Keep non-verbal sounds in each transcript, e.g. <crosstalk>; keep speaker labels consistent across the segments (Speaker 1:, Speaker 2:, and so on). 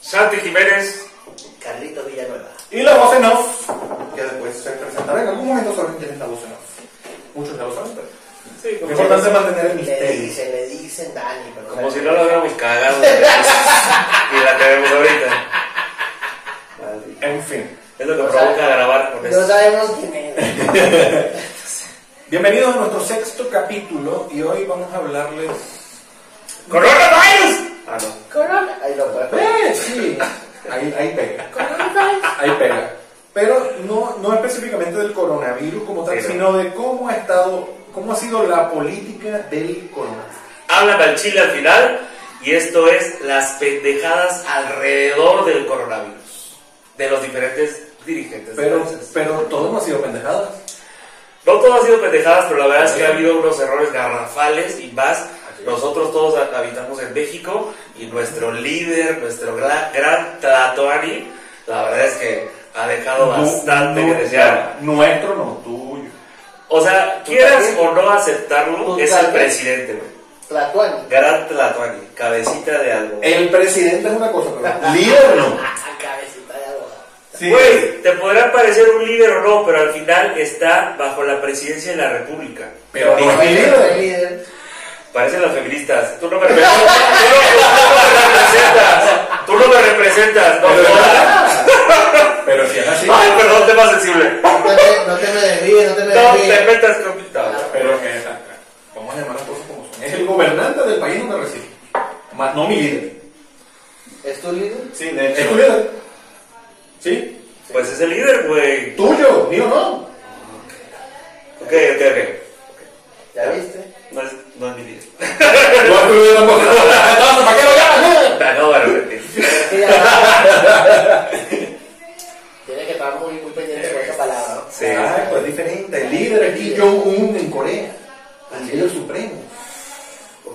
Speaker 1: Santi Jiménez.
Speaker 2: Carlitos Villanueva.
Speaker 3: Y la voz en off, que después se presentará en algún momento sobre quién es la voz en off. Muchos ya lo saben, pero
Speaker 1: Sí,
Speaker 3: lo
Speaker 1: como,
Speaker 3: importante es mantener el
Speaker 2: Le
Speaker 3: misterio.
Speaker 2: dicen, le dicen Dani, pero
Speaker 1: como si no lo hubiéramos cagado.
Speaker 3: <laughs>
Speaker 1: güey. y la que vemos ahorita. Maldito.
Speaker 3: En fin.
Speaker 1: Es lo que
Speaker 2: O sea,
Speaker 1: provoca grabar con
Speaker 2: No
Speaker 1: esto.
Speaker 2: sabemos quién es.
Speaker 3: Bienvenidos a nuestro sexto capítulo y hoy vamos a hablarles...
Speaker 1: ¡Coronavirus!
Speaker 3: Ah, no.
Speaker 2: Corona. Ahí lo puedo.
Speaker 3: Eh, sí. <laughs> Ahí, ahí pega. Ahí pega. Pero no, no específicamente del coronavirus como tal,
Speaker 1: Sí, no.
Speaker 3: sino de cómo ha estado, cómo ha sido la política del coronavirus.
Speaker 1: Hablan al chile al final. Y esto es las pendejadas alrededor del coronavirus. De los diferentes dirigentes.
Speaker 3: Pero,
Speaker 1: Entonces,
Speaker 3: pero todo no ha sido pendejadas.
Speaker 1: No todo ha sido pendejadas, pero la verdad es que ha habido unos errores garrafales y más. Nosotros todos habitamos en México y nuestro líder, nuestro gran, gran Tlatoani, la verdad es que ha dejado bastante
Speaker 3: Nu-
Speaker 1: que desear.
Speaker 3: Nuestro no, tuyo.
Speaker 1: O sea, quieras
Speaker 2: también.
Speaker 1: o no aceptarlo,
Speaker 2: Tú
Speaker 1: es el
Speaker 2: también.
Speaker 1: presidente, güey.
Speaker 2: Platuani.
Speaker 1: Gran Tlatoani, cabecita de algo.
Speaker 2: Eh,
Speaker 3: El presidente es una cosa, <laughs> pero líder no.
Speaker 2: <laughs> Ah, cabecita de abogado.
Speaker 3: Sí.
Speaker 1: Güey, te podrá parecer un líder o no, pero al final está bajo la presidencia de la República.
Speaker 3: Pero no es
Speaker 2: El
Speaker 3: líder.
Speaker 2: líder.
Speaker 1: Parecen las feministas. Tú no me representas. Tú no me representas. Tú no me
Speaker 3: Pero-
Speaker 1: representas.
Speaker 3: <laughs> Pero si es así.
Speaker 1: No, jodas. Ay, perdón, tema sensible.
Speaker 2: No te, no te me desvíes, no te me
Speaker 1: No te
Speaker 2: desvíes.
Speaker 1: metas con mi tabla.
Speaker 3: Pero que vamos a llamar las cosas como son. Es el gobernante del país donde reside. Más no mi líder.
Speaker 2: ¿Es tu líder?
Speaker 4: Sí, de
Speaker 3: ¿Es tu
Speaker 4: hecho.
Speaker 3: líder? ¿Sí?
Speaker 1: Pues es el líder, güey.
Speaker 3: Tuyo, mío <laughs> no.
Speaker 1: Ok, ok, ok.
Speaker 2: ¿Ya viste?
Speaker 1: No es, no es mi líder.
Speaker 3: No es tu líder <laughs> tampoco. No, ¿Para qué lo llamas?
Speaker 1: Me acabo de arrepentir.
Speaker 2: Sí, ya. <laughs> Tiene que estar muy, muy pendiente con esa palabra.
Speaker 1: Sí.
Speaker 3: Ah, pues diferente. El líder es Kim Jong-un en Corea. El líder supremo.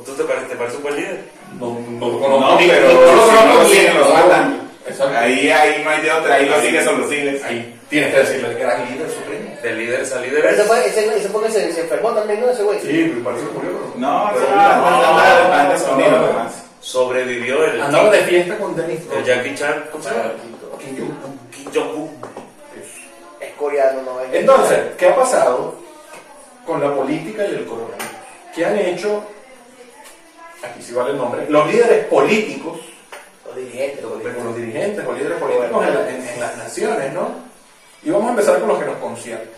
Speaker 1: ¿Tú te parece, te parece un buen líder?
Speaker 3: No, no lo
Speaker 4: No,
Speaker 3: ni-
Speaker 4: pero
Speaker 3: no lo
Speaker 4: si
Speaker 3: conozco
Speaker 4: no lo
Speaker 3: ni-
Speaker 4: siguen, lo matan.
Speaker 3: Exacto.
Speaker 4: Ahí, ahí no hay de otra, ahí lo sigues o lo sigues.
Speaker 3: Ahí tienes que decirle el gran líder supremo.
Speaker 1: De líderes a
Speaker 2: Pero ese,
Speaker 1: líderes.
Speaker 2: fue- ese, ese porque se, se enfermó también, ¿no? Ese güey.
Speaker 3: Sí, me parece que murió. ¿no?
Speaker 4: No, no, no,
Speaker 1: no,
Speaker 4: no,
Speaker 1: no,
Speaker 4: no, no, escondido
Speaker 3: no, no.
Speaker 4: nomás.
Speaker 1: Sobrevivió el,
Speaker 3: Andaba de fiesta con Dennis
Speaker 1: el Jackie Chan. ¿Cómo se llama?
Speaker 3: Kim Jong-un.
Speaker 1: Kim Jong-un.
Speaker 2: Es coreano, no es.
Speaker 3: Entonces, ¿qué ha pasado con la política y el coronavirus? ¿Qué han hecho, aquí sí vale el nombre, los líderes políticos,
Speaker 2: Los dirigentes, los
Speaker 3: con
Speaker 2: dirigentes.
Speaker 3: los dirigentes o líderes políticos en, la- en- en las naciones, ¿no? Y vamos a empezar con los que nos conciernen.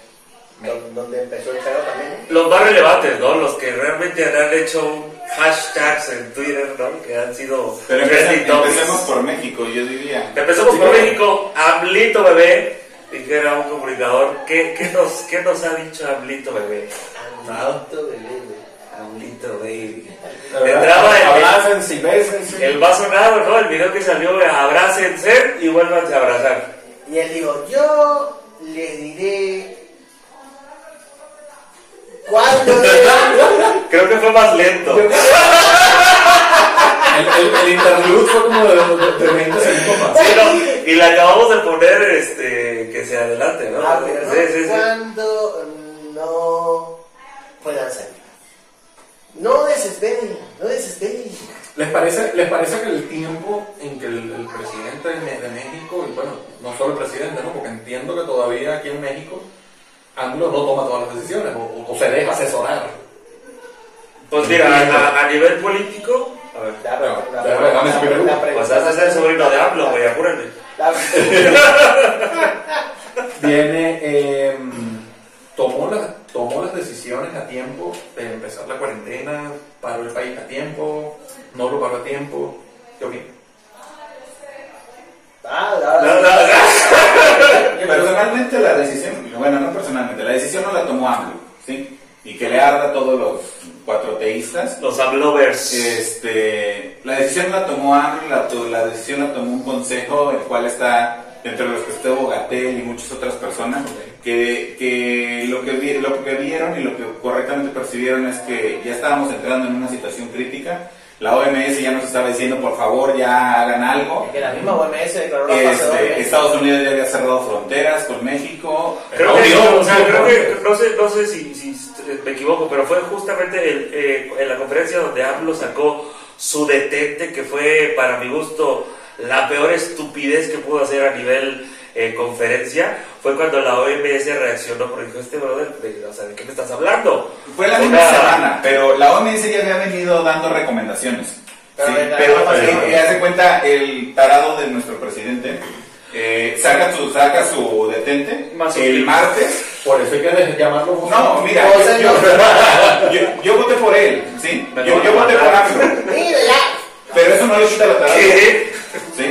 Speaker 2: Don- Donde empezó el feo también. ¿no?
Speaker 1: Los más relevantes, ¿no? Los que realmente han hecho un hashtags en Twitter, ¿no? Que han sido
Speaker 4: Pero empecemos,
Speaker 1: trending topics.
Speaker 4: empecemos por México, yo diría.
Speaker 1: Empezamos
Speaker 4: Sí,
Speaker 1: por
Speaker 4: pero-
Speaker 1: México, Ablito Bebé, dijera un comunicador. ¿Qué, qué, nos, ¿Qué nos ha dicho Ablito Bebé?
Speaker 2: Amiguito de Lele.
Speaker 1: Ablito Baby.
Speaker 3: La verdad,
Speaker 1: Entraba en-
Speaker 3: Abrácense y bésense.
Speaker 1: El vaso nada, ¿no? El video que salió de abrácense y vuelvan a abrazar.
Speaker 2: Y él dijo, yo les diré cuándo es".
Speaker 1: Creo que fue más lento.
Speaker 3: El, el- el interlude fue como de, de- de 20 segundos más.
Speaker 1: Sí, ¿no? Y le acabamos de poner este, que se adelante, ¿no?
Speaker 2: Ah, pero no,
Speaker 1: sí, sí, sí.
Speaker 2: cuando no puedan salir. No desesperen, no desesperen.
Speaker 3: ¿Les parece, ¿Les parece que el tiempo en que el, el presidente de, Me- de México, y bueno, no solo el presidente, ¿no? porque entiendo que todavía aquí en México, Ángulo no toma todas las decisiones, o, o- o se deja asesorar.
Speaker 1: Pues mira, a, a- a nivel político, a ver,
Speaker 2: La,
Speaker 3: Pero, pero, dame su pregunta.
Speaker 1: pasaste a ser sobrino de AMLO, güey, apúrale.
Speaker 2: Ah, la-
Speaker 3: Viene, eh, tomó, las, tomó las decisiones a tiempo de empezar la cuarentena, paró el país a tiempo, no lo paró a tiempo. ¿Qué opinas?
Speaker 2: Ah, la-
Speaker 1: No, no, no.
Speaker 4: Personalmente la decisión, bueno, no personalmente, la decisión no la tomó AMLO, ¿sí? Y que le arda a todos los
Speaker 1: <laughs>
Speaker 4: cuatroteístas.
Speaker 1: Los AMLOvers.
Speaker 4: Este, la decisión la tomó AMLO, la, to- la decisión la tomó un consejo, el cual está entre los que estuvo Gatel y muchas otras personas, que, que lo que, vi- lo que vieron y lo que correctamente percibieron es que ya estábamos entrando en una situación crítica. La OMS ya nos estaba diciendo, por favor, ya hagan algo.
Speaker 2: Que la misma OMS declaró la fase dos,
Speaker 4: Este,
Speaker 2: ¿eh?
Speaker 4: Estados Unidos ya había cerrado fronteras con México.
Speaker 1: Creo
Speaker 3: No,
Speaker 1: que,
Speaker 3: no,
Speaker 1: o sea,
Speaker 3: no,
Speaker 1: creo
Speaker 3: no.
Speaker 1: que- no sé, no sé si, si me equivoco, pero fue justamente el, eh, en la conferencia donde AMLO sacó su detente, que fue, para mi gusto, la peor estupidez que pudo hacer a nivel eh, conferencia fue cuando la OMS reaccionó porque dijo, este brother, de- o sea, ¿de qué me estás hablando?
Speaker 4: Fue la
Speaker 1: O
Speaker 4: misma
Speaker 1: sea,
Speaker 4: semana, pero la OMS ya había venido dando recomendaciones.
Speaker 2: Pero
Speaker 4: Sí,
Speaker 2: venga,
Speaker 4: pero
Speaker 2: vamos a
Speaker 4: eh,
Speaker 2: ver.
Speaker 4: eh, haz de cuenta el tarado de nuestro presidente. eh, saca, su, saca su detente
Speaker 1: Más o
Speaker 4: el
Speaker 1: menos.
Speaker 4: martes.
Speaker 3: Por eso hay que llamarlo José.
Speaker 4: No, mira,
Speaker 2: No,
Speaker 4: yo,
Speaker 2: señor.
Speaker 4: yo- yo voté por él, ¿sí?
Speaker 1: Me
Speaker 4: Yo,
Speaker 1: lo
Speaker 4: yo
Speaker 1: van a
Speaker 4: voté por
Speaker 1: matar.
Speaker 4: AMLO,
Speaker 2: Mira, ya.
Speaker 4: pero eso no le quita la tarada.
Speaker 1: ¿Qué?
Speaker 4: ¿sí?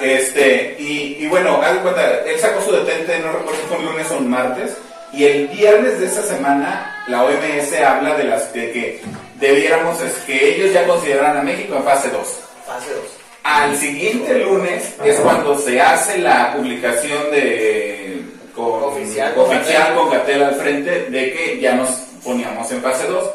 Speaker 4: Este, y, y bueno, haz de cuenta, él sacó su detente, no recuerdo si fue un lunes o un martes, y el viernes de esa semana la OMS habla de las de que debiéramos, es que ellos ya consideran a México en fase 2.
Speaker 2: Fase dos.
Speaker 4: Al siguiente lunes es cuando se hace la publicación de con,
Speaker 2: Oficial.
Speaker 4: oficial con Gatel al frente de que ya nos poníamos en fase 2,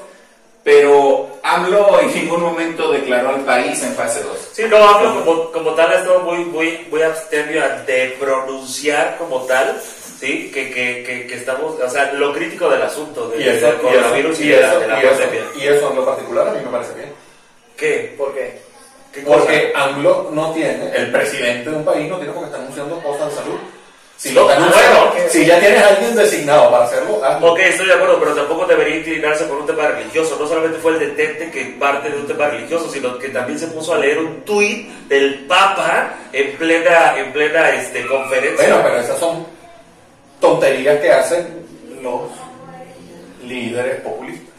Speaker 4: pero AMLO en ningún momento declaró al país en fase 2.
Speaker 1: Sí, no, hablo como, como tal, ha estado muy, muy, muy abstemio de pronunciar como tal, ¿sí? Que, que, que, que estamos, o sea, lo crítico del asunto, del,
Speaker 3: Y eso,
Speaker 1: del
Speaker 3: y eso,
Speaker 1: coronavirus y,
Speaker 3: y
Speaker 1: de la,
Speaker 3: eso,
Speaker 1: de la
Speaker 3: y eso,
Speaker 1: pandemia.
Speaker 3: y eso en lo particular a mí me parece bien.
Speaker 1: ¿Qué?
Speaker 2: ¿Por qué?
Speaker 1: ¿Qué cosa?
Speaker 3: Porque AMLO no tiene, el presidente de un país no tiene por qué estar anunciando cosas de salud. Si lo
Speaker 1: Ah,
Speaker 3: anuncias,
Speaker 1: bueno,
Speaker 2: que-
Speaker 3: si ya tienes a alguien designado para hacerlo, hazlo.
Speaker 1: Ok, estoy de acuerdo, pero tampoco debería inclinarse por un tema religioso. No solamente fue el detente que parte de un tema religioso, sino que también se puso a leer un tuit del Papa en plena, en plena este, conferencia.
Speaker 3: Bueno, pero esas son tonterías que hacen los líderes populistas.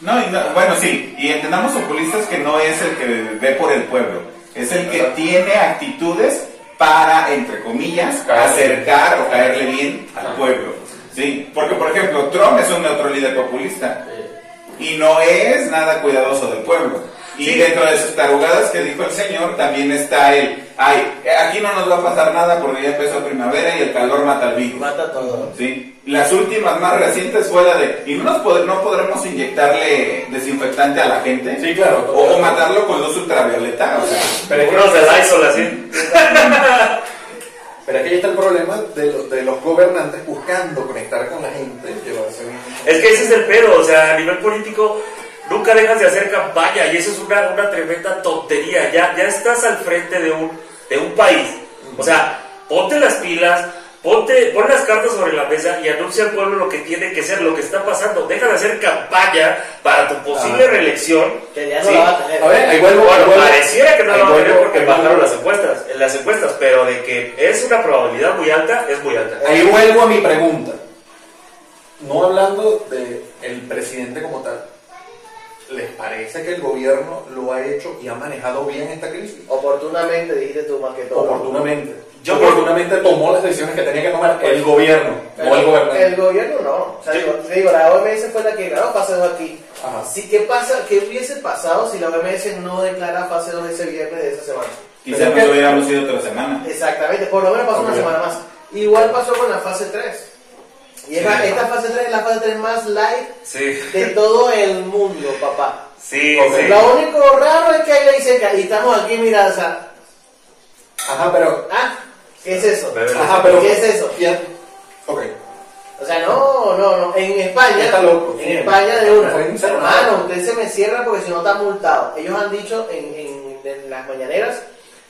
Speaker 4: No, y no- bueno, sí, y entendamos populistas que no es el que ve por el pueblo, es el que
Speaker 3: Ajá.
Speaker 4: tiene actitudes para, entre comillas,
Speaker 3: Caerle
Speaker 4: acercar o caerle bien al
Speaker 3: Ajá.
Speaker 4: pueblo. Sí, porque por ejemplo, Trump es un otro líder populista y no es nada cuidadoso del pueblo. Y
Speaker 1: Sí.
Speaker 4: dentro de sus tarugadas que dijo el señor también está el, ay, aquí no nos va a pasar nada porque ya empezó primavera y el calor mata al virus.
Speaker 2: Mata todo.
Speaker 4: Sí. Las últimas más recientes fue la de, ¿y no, nos pod- no podremos inyectarle desinfectante a la gente?
Speaker 3: Sí, claro.
Speaker 4: O, o matarlo con luz ultravioleta, o sea.
Speaker 3: Pero es que-
Speaker 1: Unos de Lysol así.
Speaker 3: Pero aquí está el problema de, los- de los gobernantes buscando conectar con la gente. llevarse bien.
Speaker 1: Es que ese es el pedo, o sea, a nivel político nunca dejas de hacer campaña y eso es una, una tremenda tontería. Ya, ya estás al frente de un, de un país. O sea, ponte las pilas, ponte, pon las cartas sobre la mesa y anuncia al pueblo lo que tiene que ser, lo que está pasando. Deja de hacer campaña para tu posible
Speaker 3: Ah.
Speaker 1: reelección.
Speaker 2: Que ya no
Speaker 1: ¿sí?
Speaker 2: la va a tener.
Speaker 3: A ver, ahí vuelvo. ahí
Speaker 1: Eh, Bueno,
Speaker 3: vuelvo-
Speaker 1: pareciera que no
Speaker 3: ahí
Speaker 1: lo va a tener
Speaker 3: vuelvo-
Speaker 1: porque
Speaker 3: ahí
Speaker 1: bajaron
Speaker 3: vuelvo-
Speaker 1: las encuestas, en las encuestas, pero de que es una probabilidad muy alta, es muy alta.
Speaker 3: Ahí vuelvo a mi pregunta. No hablando del presidente como tal. ¿Les parece que el gobierno lo ha hecho y ha manejado bien esta crisis?
Speaker 2: Oportunamente dijiste tú más que todo.
Speaker 3: Oportunamente.
Speaker 1: Yo-
Speaker 3: oportunamente tomó las decisiones que tenía que tomar el gobierno,
Speaker 2: Pero
Speaker 3: no el gobernante.
Speaker 2: el gobierno no. O sea,
Speaker 1: Sí.
Speaker 2: digo, te digo, la OMS fue la que declaró fase 2 aquí.
Speaker 3: Ajá.
Speaker 2: Sí, ¿qué, pasa, ¿Qué hubiese pasado si la OMS no declara fase 2 ese viernes de esa semana?
Speaker 4: Quizás
Speaker 3: Pero es
Speaker 4: nos
Speaker 3: que-
Speaker 4: hubiéramos ido otra semana.
Speaker 2: Exactamente, por lo menos pasó
Speaker 3: Ok.
Speaker 2: una semana más. Igual pasó con la fase 3. Y es la- esta fase 3 es la fase 3 más light
Speaker 1: Sí, <laughs>
Speaker 2: de todo el mundo, papá.
Speaker 1: sí,
Speaker 3: Ok.
Speaker 1: sí.
Speaker 2: Lo único raro es que ahí le dicen que ahí estamos aquí, mira, o sea,
Speaker 3: Ajá, pero.
Speaker 2: ah, ¿qué es eso?
Speaker 1: Bebé.
Speaker 3: Ajá, pero.
Speaker 2: ¿Qué es eso?
Speaker 3: Ya- Ok.
Speaker 2: O sea, no, no, no. En España,
Speaker 3: Está loco.
Speaker 2: en España de una.
Speaker 3: Fue un ser humano.
Speaker 2: Hermano, usted se me cierra porque si no está multado. Ellos han dicho en, en- en las mañaneras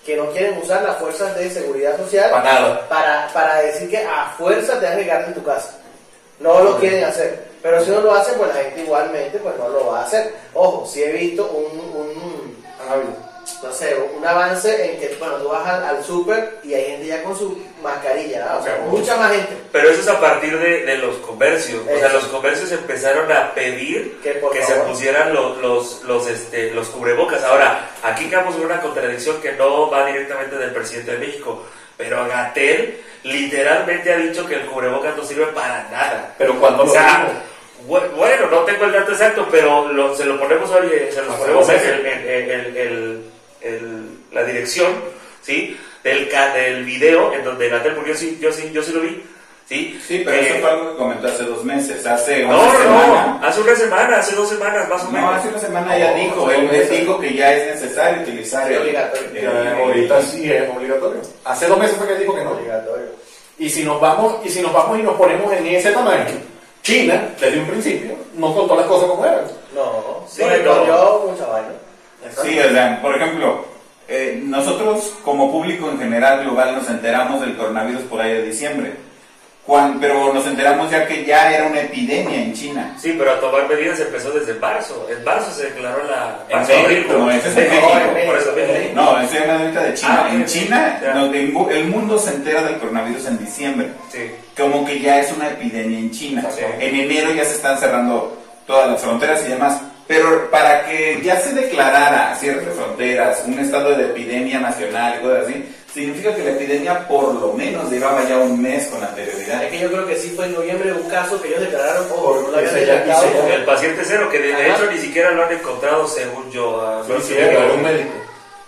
Speaker 2: que no quieren usar las fuerzas de seguridad
Speaker 3: Para
Speaker 2: social
Speaker 3: nada.
Speaker 2: para, para decir que a fuerza te van a quedar en tu casa. No lo quieren hacer. Pero si no lo hacen, pues la gente igualmente pues no lo va a hacer. Ojo, si he visto un, un
Speaker 3: Ajá, bien.
Speaker 2: no sé, un avance en que, bueno, tú vas al, al súper y hay gente ya con su mascarilla, ¿ah? o sea,
Speaker 3: Ok.
Speaker 2: mucha más gente.
Speaker 1: Pero eso es a partir de, de los comercios. O sea,
Speaker 2: Eso.
Speaker 1: los comercios empezaron a pedir
Speaker 2: Que por
Speaker 1: que se
Speaker 2: favor.
Speaker 1: pusieran los, los, los, este, los cubrebocas. Ahora, aquí caemos en una contradicción que no va directamente del presidente de México. Pero Gatel literalmente ha dicho que el cubrebocas no sirve para nada.
Speaker 3: Pero cuando
Speaker 1: O
Speaker 3: lo
Speaker 1: sea,
Speaker 3: dijo?
Speaker 1: bu- bueno, no tengo el dato exacto, pero lo- se lo ponemos hoy, eh, se lo
Speaker 3: Hace
Speaker 1: ponemos
Speaker 3: dos
Speaker 1: en,
Speaker 3: meses.
Speaker 1: el- en- en- en- el- el- la dirección, ¿sí? Del, ca- del video en donde Gatel, porque yo sí, yo sí, yo sí lo vi, ¿sí?
Speaker 4: Sí, pero
Speaker 1: Eh,
Speaker 4: eso fue algo que comentó hace dos meses, hace una
Speaker 1: no, no,
Speaker 4: semana.
Speaker 1: no, hace una semana, hace dos semanas más o
Speaker 4: No,
Speaker 1: menos.
Speaker 4: hace una semana ya
Speaker 3: No,
Speaker 4: dijo,
Speaker 3: hace
Speaker 4: él
Speaker 3: dos meses.
Speaker 4: dijo que ya es necesario utilizar
Speaker 2: Sí,
Speaker 4: el,
Speaker 2: obligatorio.
Speaker 4: el-
Speaker 3: Eh, ahorita sí es obligatorio. Hace dos meses fue que dijo que no.
Speaker 2: Obligatorio.
Speaker 3: Y si nos vamos y si nos vamos y nos ponemos en ese tamaño, China desde un principio no contó las cosas como eran.
Speaker 2: No,
Speaker 1: Sí,
Speaker 2: sí, no.
Speaker 1: no.
Speaker 2: yo mucha vaina.
Speaker 4: Sí, o sea, por ejemplo, eh, nosotros como público en general global nos enteramos del coronavirus por ahí de diciembre. Cuan- pero nos enteramos ya que ya era una epidemia en China.
Speaker 1: Sí, pero a tomar medidas empezó desde marzo. En marzo se declaró la.
Speaker 4: En
Speaker 1: marzo, abril,
Speaker 4: México,
Speaker 1: ¿no?
Speaker 4: ese es
Speaker 1: Sí,
Speaker 4: en México.
Speaker 1: Por eso México.
Speaker 4: No, estoy hablando ahorita de China.
Speaker 1: Ah,
Speaker 4: en
Speaker 1: ok.
Speaker 4: China,
Speaker 1: Ya.
Speaker 4: nos- el mu- el mundo se entera del coronavirus en diciembre.
Speaker 1: Sí.
Speaker 4: como que ya es una epidemia en China.
Speaker 1: Sí.
Speaker 4: En enero ya se están cerrando todas las fronteras y demás. Pero para que ya se declarara ciertas fronteras, un estado de epidemia nacional y cosas así, significa que la epidemia por lo menos llevaba ya un mes con anterioridad.
Speaker 2: Es que yo creo que sí fue en noviembre un caso que ellos declararon, ojo,
Speaker 3: Por-
Speaker 2: no lo habían
Speaker 3: y se ya- y
Speaker 2: detectado.
Speaker 3: se ya-
Speaker 1: El paciente cero, que de, de
Speaker 2: Ajá.
Speaker 1: hecho ni siquiera lo han encontrado, según yo. ah, a-
Speaker 3: Pero sí,
Speaker 1: Sí,
Speaker 3: era un médico.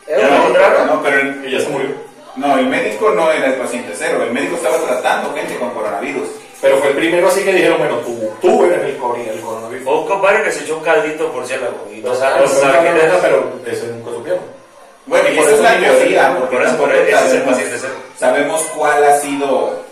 Speaker 2: Era
Speaker 1: ¿Ya
Speaker 2: un-
Speaker 1: lo encontraron?
Speaker 4: No, pero el,
Speaker 3: Y ya se murió.
Speaker 4: no, el médico no era el paciente cero, el médico estaba tratando gente con coronavirus.
Speaker 3: Pero fue el primero así que dijeron, bueno, tú, tú eres el, cori- el coronavirus.
Speaker 1: O un compadre que se echó un caldito por ciélago y no
Speaker 3: Ah,
Speaker 1: sabe, no
Speaker 3: pero
Speaker 1: sabe
Speaker 3: no,
Speaker 1: quién
Speaker 3: no, no,
Speaker 1: es.
Speaker 3: pero eso nunca supieron.
Speaker 4: Bueno, y
Speaker 1: Por
Speaker 4: esa es
Speaker 1: eso
Speaker 4: la
Speaker 1: digo,
Speaker 4: teoría,
Speaker 1: sí,
Speaker 4: porque
Speaker 1: por eso,
Speaker 4: tampoco
Speaker 1: por eso, ese es el
Speaker 4: sabemos-
Speaker 1: paciente cero.
Speaker 4: Sabemos cuál ha sido,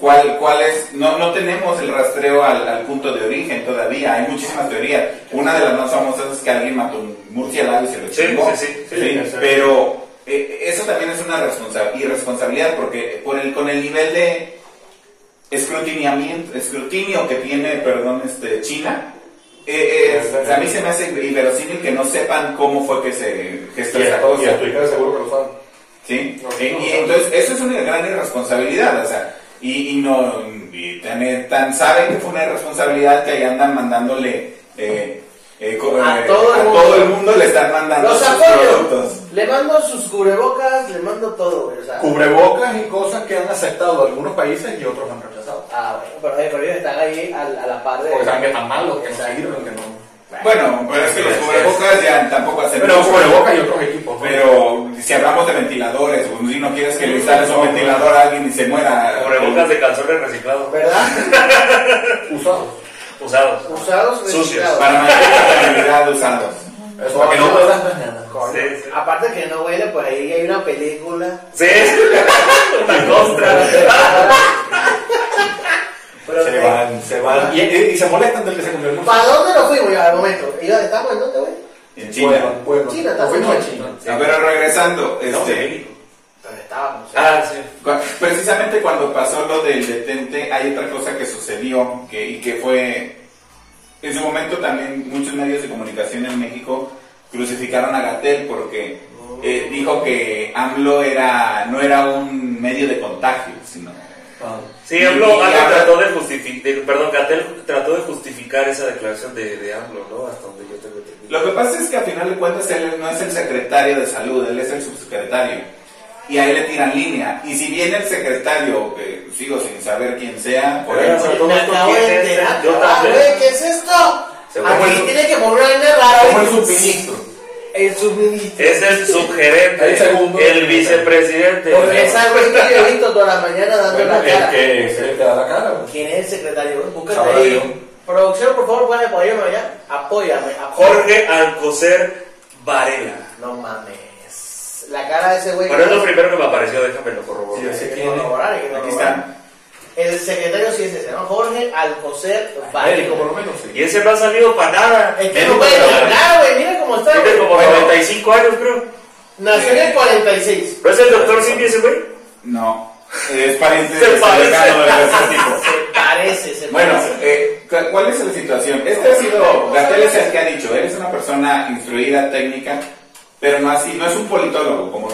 Speaker 4: cuál, cuál es, no, no tenemos el rastreo al, al punto de origen todavía, hay muchísimas teorías. Una de las más famosas es que alguien mató un murciélago y se lo
Speaker 1: Sí,
Speaker 4: chingó.
Speaker 1: sí, sí, sí,
Speaker 4: Sí,
Speaker 3: sí.
Speaker 4: Pero eh, eso también es una responsa- irresponsabilidad, porque por el, con el nivel de escrutiniamiento, escrutinio que tiene, perdón, este, China, eh, eh, a mí se me hace inverosímil que no sepan cómo fue que se gestó
Speaker 3: Y
Speaker 4: esa
Speaker 3: a,
Speaker 4: cosa.
Speaker 3: y a Twitter seguro que lo saben.
Speaker 4: ¿Sí?
Speaker 3: No,
Speaker 4: Y-
Speaker 3: no,
Speaker 4: y
Speaker 3: no.
Speaker 4: entonces, eso es una gran irresponsabilidad, o sea, y, y no, y tan, eh, tan saben que fue una irresponsabilidad que ahí andan mandándole eh, eh, co-
Speaker 2: A
Speaker 4: eh,
Speaker 2: todo el
Speaker 4: a
Speaker 2: mundo.
Speaker 4: todo el mundo le están mandando
Speaker 2: Los
Speaker 4: sus
Speaker 2: apoyo.
Speaker 4: productos.
Speaker 2: Le mando sus cubrebocas, le mando todo, güey. O sea,
Speaker 3: Cubrebocas y cosas que han aceptado algunos países y otros han rechazado.
Speaker 2: ah, bueno, pero, eh, pero ellos están ahí al- a, la par de.
Speaker 3: Porque saben que están malos, que no sirven, que no.
Speaker 4: Bueno, pero es que los
Speaker 1: Así es.
Speaker 4: cubrebocas ya tampoco hacen
Speaker 3: Pero
Speaker 4: mucho.
Speaker 3: cubrebocas y otros equipos. ¿no?
Speaker 4: Pero si hablamos de ventiladores, pues, si no quieres que le instales un
Speaker 3: No,
Speaker 4: ventilador a alguien y se muera.
Speaker 1: Cubrebocas de calzones reciclados,
Speaker 2: ¿Verdad? <laughs>
Speaker 3: usados.
Speaker 1: usados.
Speaker 2: Usados,
Speaker 1: Sucios,
Speaker 2: reciclados.
Speaker 4: Para mantener la calidad usados.
Speaker 3: Eso, para que no puedas más nada.
Speaker 2: Coño.
Speaker 1: Sí, sí.
Speaker 2: Aparte que no huele, pues ahí hay una película.
Speaker 3: <laughs>
Speaker 1: Sí, una costra.
Speaker 2: Pero
Speaker 3: Se
Speaker 2: eh,
Speaker 3: van, se van. Y, y- y se molestan del que se cumplió el
Speaker 2: ¿Para dónde nos fuimos ya al momento? ¿Y dónde estamos? ¿En dónde, güey?
Speaker 4: En China.
Speaker 3: China, pueblo.
Speaker 2: China, está
Speaker 3: Nos fuimos a
Speaker 2: bien.
Speaker 3: China.
Speaker 4: Ah, pero regresando,
Speaker 1: No, de
Speaker 4: este,
Speaker 1: México.
Speaker 2: ¿Dónde estábamos?
Speaker 1: Ah, sí.
Speaker 4: Cu- Precisamente cuando pasó lo del detente, hay otra cosa que sucedió que, y que fue. En su momento también muchos medios de comunicación en México crucificaron a Gatel porque eh, dijo que AMLO era, no era un medio de contagio, sino.
Speaker 3: Ah.
Speaker 1: Sí,
Speaker 4: Y-
Speaker 1: AMLO,
Speaker 4: y
Speaker 1: AMLO
Speaker 4: ahora-
Speaker 1: trató de justificar, perdón, Gatel trató de justificar esa declaración de, de AMLO, ¿no? Hasta donde yo tengo entendido.
Speaker 4: Lo que pasa es que a final de cuentas él no es el secretario de salud, él es el subsecretario. Y a él le tiran línea. Y si bien el secretario, que sigo sin saber quién sea, por ahí-
Speaker 1: Pero eso- todo
Speaker 2: Me
Speaker 1: esto
Speaker 2: acabo
Speaker 1: tiene-
Speaker 2: de enterar.
Speaker 1: yo
Speaker 2: Ah,
Speaker 1: también.
Speaker 2: güey, ¿Qué es esto?
Speaker 1: Según
Speaker 2: Aquí
Speaker 1: el-
Speaker 2: tiene que poner una rara.
Speaker 3: Como el
Speaker 2: güey.
Speaker 3: subministro.
Speaker 2: El subministro.
Speaker 1: Es el
Speaker 3: El segundo.
Speaker 1: subgerente, el vicepresidente.
Speaker 2: Porque esa güey que yo he visto todas las mañanas dando
Speaker 3: Bueno,
Speaker 2: la cara.
Speaker 3: el que Eh, se le da la cara. güey.
Speaker 2: ¿Quién es el secretario? Eh, Búscate
Speaker 3: Sabrá
Speaker 2: ahí.
Speaker 3: Dios.
Speaker 2: Producción, por favor, pueden apoyarme allá. Apóyame. apóyame.
Speaker 1: Jorge Alcocer Varela.
Speaker 2: No mames. La cara de ese güey.
Speaker 1: Pero es lo primero que me apareció, déjame lo corroborar.
Speaker 3: Sí,
Speaker 2: Hay que
Speaker 3: ¿Quién es?
Speaker 2: corroborar, hay que
Speaker 4: aquí
Speaker 2: corroborar.
Speaker 4: está.
Speaker 2: El secretario sí es ese, ¿no? Jorge Alcocer
Speaker 3: Médico,
Speaker 2: Vallejo.
Speaker 3: por lo menos, sí.
Speaker 1: Y ese no ha salido para nada.
Speaker 2: Es que
Speaker 1: Médico,
Speaker 2: no puede
Speaker 1: pero-
Speaker 2: hablar, güey. Mira cómo está.
Speaker 1: Tiene como
Speaker 4: Bueno.
Speaker 1: 95 años, creo.
Speaker 2: Nació en el 46.
Speaker 1: ¿No es el doctor Simi ese güey? <laughs>
Speaker 4: No, es pariente
Speaker 1: Se
Speaker 4: de
Speaker 1: parece.
Speaker 4: cercano de ese
Speaker 1: <laughs>
Speaker 4: tipo.
Speaker 2: Se parece, se
Speaker 4: Bueno,
Speaker 2: parece.
Speaker 4: eh, cu- ¿cuál es la situación? Este ha sido, Gatel es el que ha dicho, él es una persona instruida, técnica, pero no así, no es un politólogo como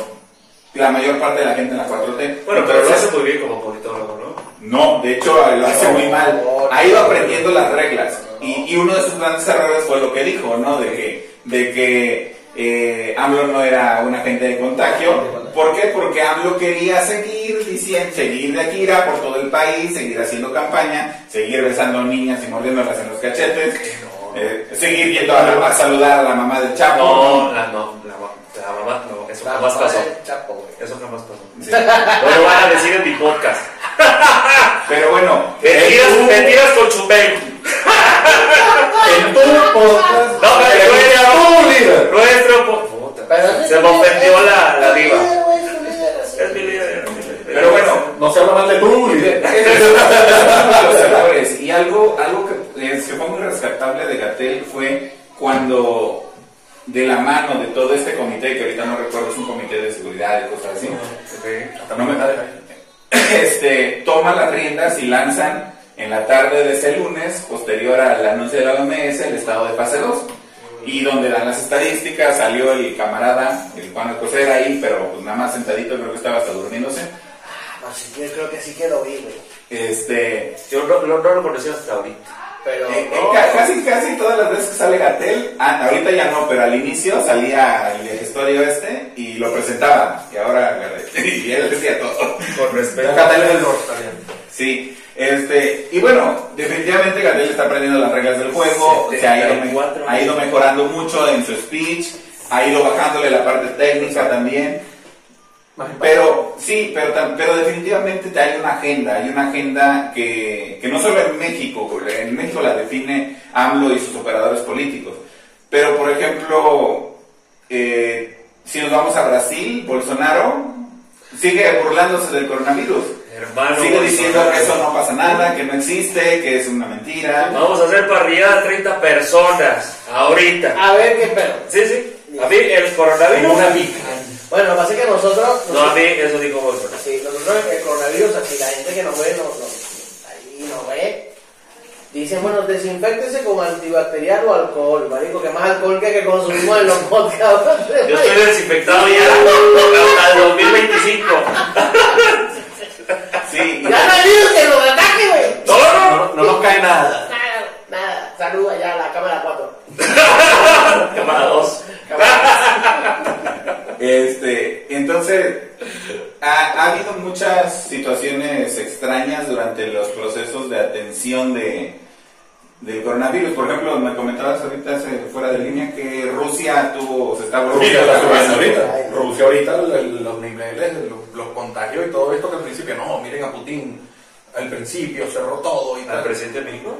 Speaker 4: la mayor parte de la gente en la 4T.
Speaker 1: Bueno, pero lo
Speaker 4: Entonces,
Speaker 1: hace muy bien como politólogo, ¿no?
Speaker 4: No, de hecho lo hace muy mal.
Speaker 2: No,
Speaker 4: Ha ido aprendiendo las reglas. Y, y uno de sus grandes errores fue lo que dijo, ¿no? De que, de que eh, AMLO no era un agente de contagio. ¿Por qué? Porque AMLO quería seguir diciendo, seguir de gira por todo el país, seguir haciendo campaña, seguir besando niñas y mordiéndolas en los cachetes, eh, seguir yendo a, la- a saludar a la mamá del chavo.
Speaker 1: No, la, no, la, ma- la mamá no, eso
Speaker 2: La
Speaker 1: jamás
Speaker 2: mamá
Speaker 1: pasó.
Speaker 2: del Ah, Chapo, güey.
Speaker 1: Eso jamás pasó.
Speaker 4: Sí.
Speaker 1: No lo van a decir en mi podcast.
Speaker 4: Pero bueno,
Speaker 1: Mentiras,
Speaker 4: él-
Speaker 1: mentiras con Chumel.
Speaker 3: En tu podcast.
Speaker 1: No, pero tú eres
Speaker 3: tú, líder.
Speaker 1: Nuestro po- puta,
Speaker 2: Pero ese
Speaker 1: Se me
Speaker 2: güey-
Speaker 1: ofendió
Speaker 2: es-
Speaker 1: la, la
Speaker 2: es
Speaker 1: diva.
Speaker 2: líder, güey, es un líder, así.
Speaker 1: Es mi líder. mi líder.
Speaker 4: Pero bueno,
Speaker 3: No se habla mal de tú, líder.
Speaker 4: Ese es uno de los errores. Y algo, algo que, eh, que fue muy rescatable de Gatel fue cuando de la mano de todo este comité, que ahorita no recuerdo, es un comité de seguridad y cosas así,
Speaker 3: Hasta no me da
Speaker 4: este, toma las riendas y lanzan en la tarde de ese lunes, posterior al anuncio de la OMS, el estado de fase 2. Y donde dan las estadísticas, salió el camarada, el Juan Alcocer ahí, pero pues nada más sentadito, creo que estaba hasta durmiéndose.
Speaker 2: Ah, No, sí, yo creo que sí que lo vi, güey.
Speaker 4: Este,
Speaker 1: Yo no, no- no lo conocí hasta ahorita.
Speaker 2: Pero
Speaker 4: Eh, eh,
Speaker 3: oh,
Speaker 2: no,
Speaker 4: ca- casi, casi todas las veces que sale Gatel, ahorita ya no, pero al inicio salía el gestorio este y lo presentaba. Y ahora Gatel, <laughs> y él decía todo.
Speaker 1: Con respeto.
Speaker 3: Catalina del Norte también.
Speaker 4: Sí, este, y bueno, definitivamente Gatel está aprendiendo las reglas del juego, se ha, ido, me-
Speaker 1: 74
Speaker 4: ha ido mejorando mucho en su speech, ha ido bajándole la parte técnica también.
Speaker 3: Más impacto.
Speaker 4: Pero sí, pero, tam- pero definitivamente hay una agenda, hay una agenda que, que no solo en México, en México la define AMLO y sus operadores políticos, pero por ejemplo, eh, si nos vamos a Brasil, Bolsonaro sigue burlándose del coronavirus,
Speaker 1: Hermano.
Speaker 4: sigue diciendo
Speaker 1: Ah, Bolsonaro.
Speaker 4: que eso no pasa nada, que no existe, que es una mentira.
Speaker 1: Vamos a hacer parrillada a 30 personas. Ahorita.
Speaker 2: a ver qué pedo.
Speaker 1: Sí, sí. A mí el coronavirus.
Speaker 3: Una pica.
Speaker 2: Bueno, lo que pasa es que nosotros.
Speaker 1: No, a mí eso dijo Bolsonaro.
Speaker 2: Sí, nosotros el coronavirus, aquí la gente que nos ve no, no- ahí nos ve, dicen, bueno, desinfectese con antibacterial o alcohol, marico, que más alcohol que que consumimos <laughs> en los podcasts.
Speaker 1: Yo estoy desinfectado ya hasta el 2025.
Speaker 4: Sí,
Speaker 2: ¡Ya no hay virus que nos ataque, güey!
Speaker 1: No, no, no.
Speaker 3: No, no nos cae nada.
Speaker 2: Nada, nada. Saluda ya a la cámara 4.
Speaker 1: Cámara 2.
Speaker 2: Ah,
Speaker 4: Este, entonces, ha, ha habido muchas situaciones extrañas durante los procesos de atención de, del coronavirus. Por ejemplo, me comentabas ahorita hace- fuera de línea que Rusia tuvo, se está volviendo
Speaker 3: Rusia
Speaker 4: a
Speaker 3: está
Speaker 4: la
Speaker 3: subiendo
Speaker 4: ahorita.
Speaker 3: ahorita. Rusia ahorita el- el- los niveles, los, los contagios y todo esto que al principio no, miren a Putin, al principio cerró todo y
Speaker 1: ¿Al
Speaker 3: tal.
Speaker 1: presidente de México?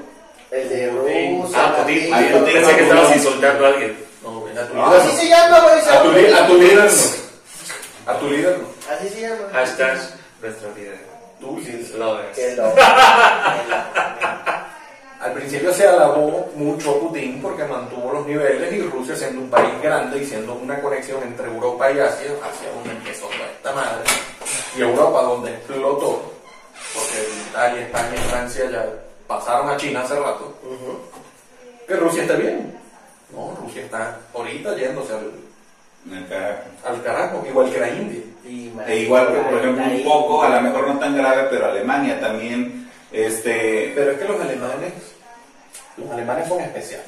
Speaker 2: El de
Speaker 3: Putin.
Speaker 2: Rusia.
Speaker 1: Ah, Putin.
Speaker 2: la
Speaker 4: Ay,
Speaker 2: China.
Speaker 4: Putin.
Speaker 1: Pensé que estabas insultando a alguien.
Speaker 3: No, ven a tu
Speaker 4: Ah,
Speaker 3: líder.
Speaker 2: Así se llama, güey.
Speaker 3: no. A tu, li-
Speaker 2: ¿sabes?
Speaker 3: a tu líder no. A tu líder no.
Speaker 2: Así se llama.
Speaker 1: Hashtag nuestro líder.
Speaker 3: Tú sí.
Speaker 2: Qué
Speaker 1: Lovers.
Speaker 4: <laughs>
Speaker 2: loco.
Speaker 3: Al principio se alabó mucho a Putin porque mantuvo los niveles y Rusia siendo un país grande y siendo una conexión entre Europa y Asia, hacia donde empezó toda esta madre, y Europa donde explotó, porque Italia, España y Francia ya pasaron a China hace rato,
Speaker 2: Ujú.
Speaker 3: que Rusia está bien. No, Rusia está ahorita yéndose al,
Speaker 4: Acá.
Speaker 3: al carajo, igual que la India.
Speaker 2: Y,
Speaker 4: E igual que, por
Speaker 2: marico,
Speaker 4: ejemplo, un
Speaker 2: ahí-
Speaker 4: poco, a lo mejor no tan grave, pero Alemania también, este,
Speaker 3: Pero es que los alemanes, los alemanes son especiales.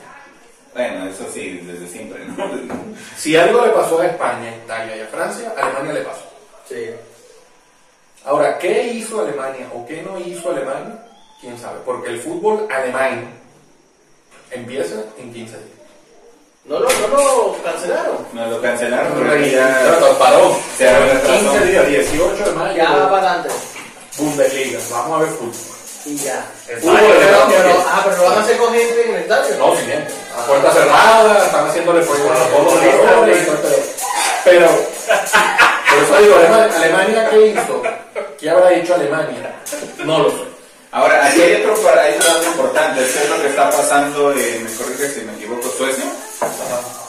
Speaker 4: bueno, eso sí, desde siempre, ¿no? <laughs>
Speaker 3: Si algo le pasó a España, a Italia y a Francia, a Alemania le pasó.
Speaker 2: Sí.
Speaker 3: Ahora, ¿qué hizo Alemania o qué no hizo Alemania? ¿Quién sabe? Porque el fútbol alemán empieza en 15 días.
Speaker 2: No lo, no lo cancelaron.
Speaker 4: Nos lo cancelaron, pero ya
Speaker 3: Claro, paró.
Speaker 4: se ha retrasado.
Speaker 3: 15 días, 18 de mayo.
Speaker 2: Ya va para adelante.
Speaker 3: Bundesliga, vamos a ver fútbol.
Speaker 2: Y ya.
Speaker 1: Es
Speaker 3: Fútbol,
Speaker 1: mayo,
Speaker 2: Pero,
Speaker 1: ¿verdad?
Speaker 2: pero, ah, pero lo van a hacer con gente en el estadio.
Speaker 3: No, sí, bien. A puerta cerrada, están haciéndole fuego a los futbolistas. Pero, por eso digo, Alemania, Alemania, ¿qué hizo? ¿Qué habrá hecho Alemania? No lo sé.
Speaker 4: Ahora, aquí hay otro paraíso importante, esto es lo que está pasando, eh, me corrige si me equivoco, Suecia,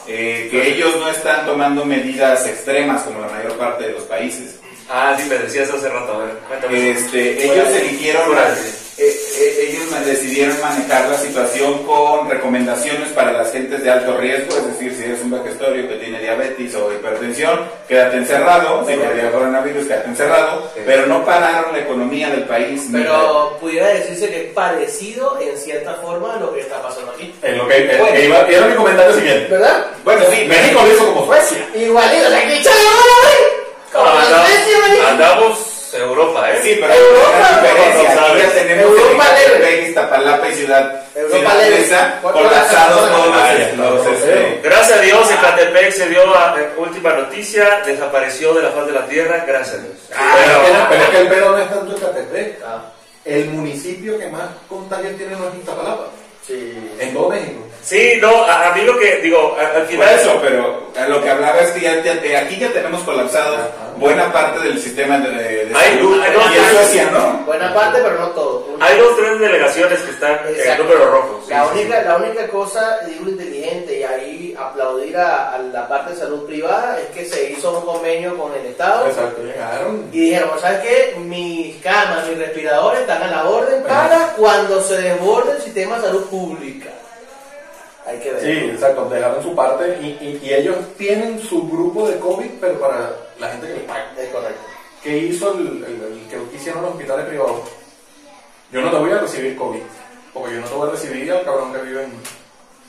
Speaker 4: eh, que ellos no están tomando medidas extremas como la mayor parte de los países.
Speaker 1: Ah, sí, me decías hace rato. A ver, cuéntame.
Speaker 4: Este, ellos
Speaker 1: Fuera de-
Speaker 4: eligieron,
Speaker 1: fuera de-
Speaker 4: eh, eh, ellos ma- decidieron manejar la situación con recomendaciones para las gentes de alto riesgo, es decir, si eres un vejestorio que tiene diabetes o hipertensión, quédate encerrado, si te dio coronavirus, quédate encerrado,
Speaker 1: Sí.
Speaker 4: pero no pararon la economía del país. ni la-
Speaker 2: Pero pudiera decirse que es parecido en cierta forma a lo que está pasando aquí.
Speaker 3: Es lo que, es lo que iba, era mi comentario siguiente.
Speaker 2: ¿Verdad?
Speaker 4: Bueno, sí,
Speaker 3: México lo hizo como Suecia.
Speaker 2: Pues, Igualito, la que echaba güey. Como
Speaker 1: Ah,
Speaker 2: la especie,
Speaker 1: andamos,
Speaker 2: marico.
Speaker 1: andamos Europa, ¿eh?
Speaker 4: Sí, pero hay una gran
Speaker 2: Europa,
Speaker 4: diferencia.
Speaker 1: no
Speaker 4: Aquí ya
Speaker 1: sabes.
Speaker 4: tenemos
Speaker 2: Europa
Speaker 4: Ecatepec,
Speaker 2: leve.
Speaker 4: Iztapalapa y Ciudad
Speaker 2: Europa
Speaker 4: Ciudad
Speaker 2: leve.
Speaker 4: Condesa,
Speaker 2: ¿Cuál-
Speaker 4: colapsados
Speaker 2: cuál-
Speaker 4: todos los-
Speaker 3: Vaya,
Speaker 4: los...
Speaker 3: no,
Speaker 4: este,
Speaker 1: Gracias a Dios, Ecatepec se dio a eh, última noticia, desapareció de la faz de la tierra, gracias a Dios.
Speaker 3: Pero,
Speaker 1: Pero-
Speaker 3: pero es que el pedo no es tanto Ecatepec.
Speaker 2: Ah,
Speaker 3: El municipio que más contagios tiene no es Iztapalapa,
Speaker 2: sí.
Speaker 3: en todo México.
Speaker 1: Sí, no, a, a mí lo que digo, a- al
Speaker 4: Por
Speaker 1: final
Speaker 4: eso, pero a lo que hablaba es que ya, te- te- aquí ya tenemos colapsado buena parte del sistema de, de
Speaker 1: Ay,
Speaker 4: salud.
Speaker 1: ay, no,
Speaker 4: y eso
Speaker 1: ay.
Speaker 4: hacía, ¿no?
Speaker 2: Buena parte, pero no todo. Una-
Speaker 1: hay dos tres delegaciones que están en
Speaker 2: Exacto.
Speaker 1: números rojos.
Speaker 2: La única, la única cosa, digo, inteligente, y ahí aplaudir a, a la parte de salud privada, es que se hizo un convenio con el Estado
Speaker 3: Exacto, llegaron.
Speaker 2: y dijeron, ¿sabes qué? Mis camas, mis respiradores están a la orden para cuando se desborde el sistema de salud pública. Hay que ver.
Speaker 3: Sí, exacto, dejaron su parte y, y- y ellos tienen su grupo de COVID, pero para la gente que les paga.
Speaker 2: Es correcto.
Speaker 3: ¿Qué hizo el, el- el que hicieron los hospitales privados? Yo no te voy a recibir COVID, porque yo no te voy a recibir al cabrón que vive en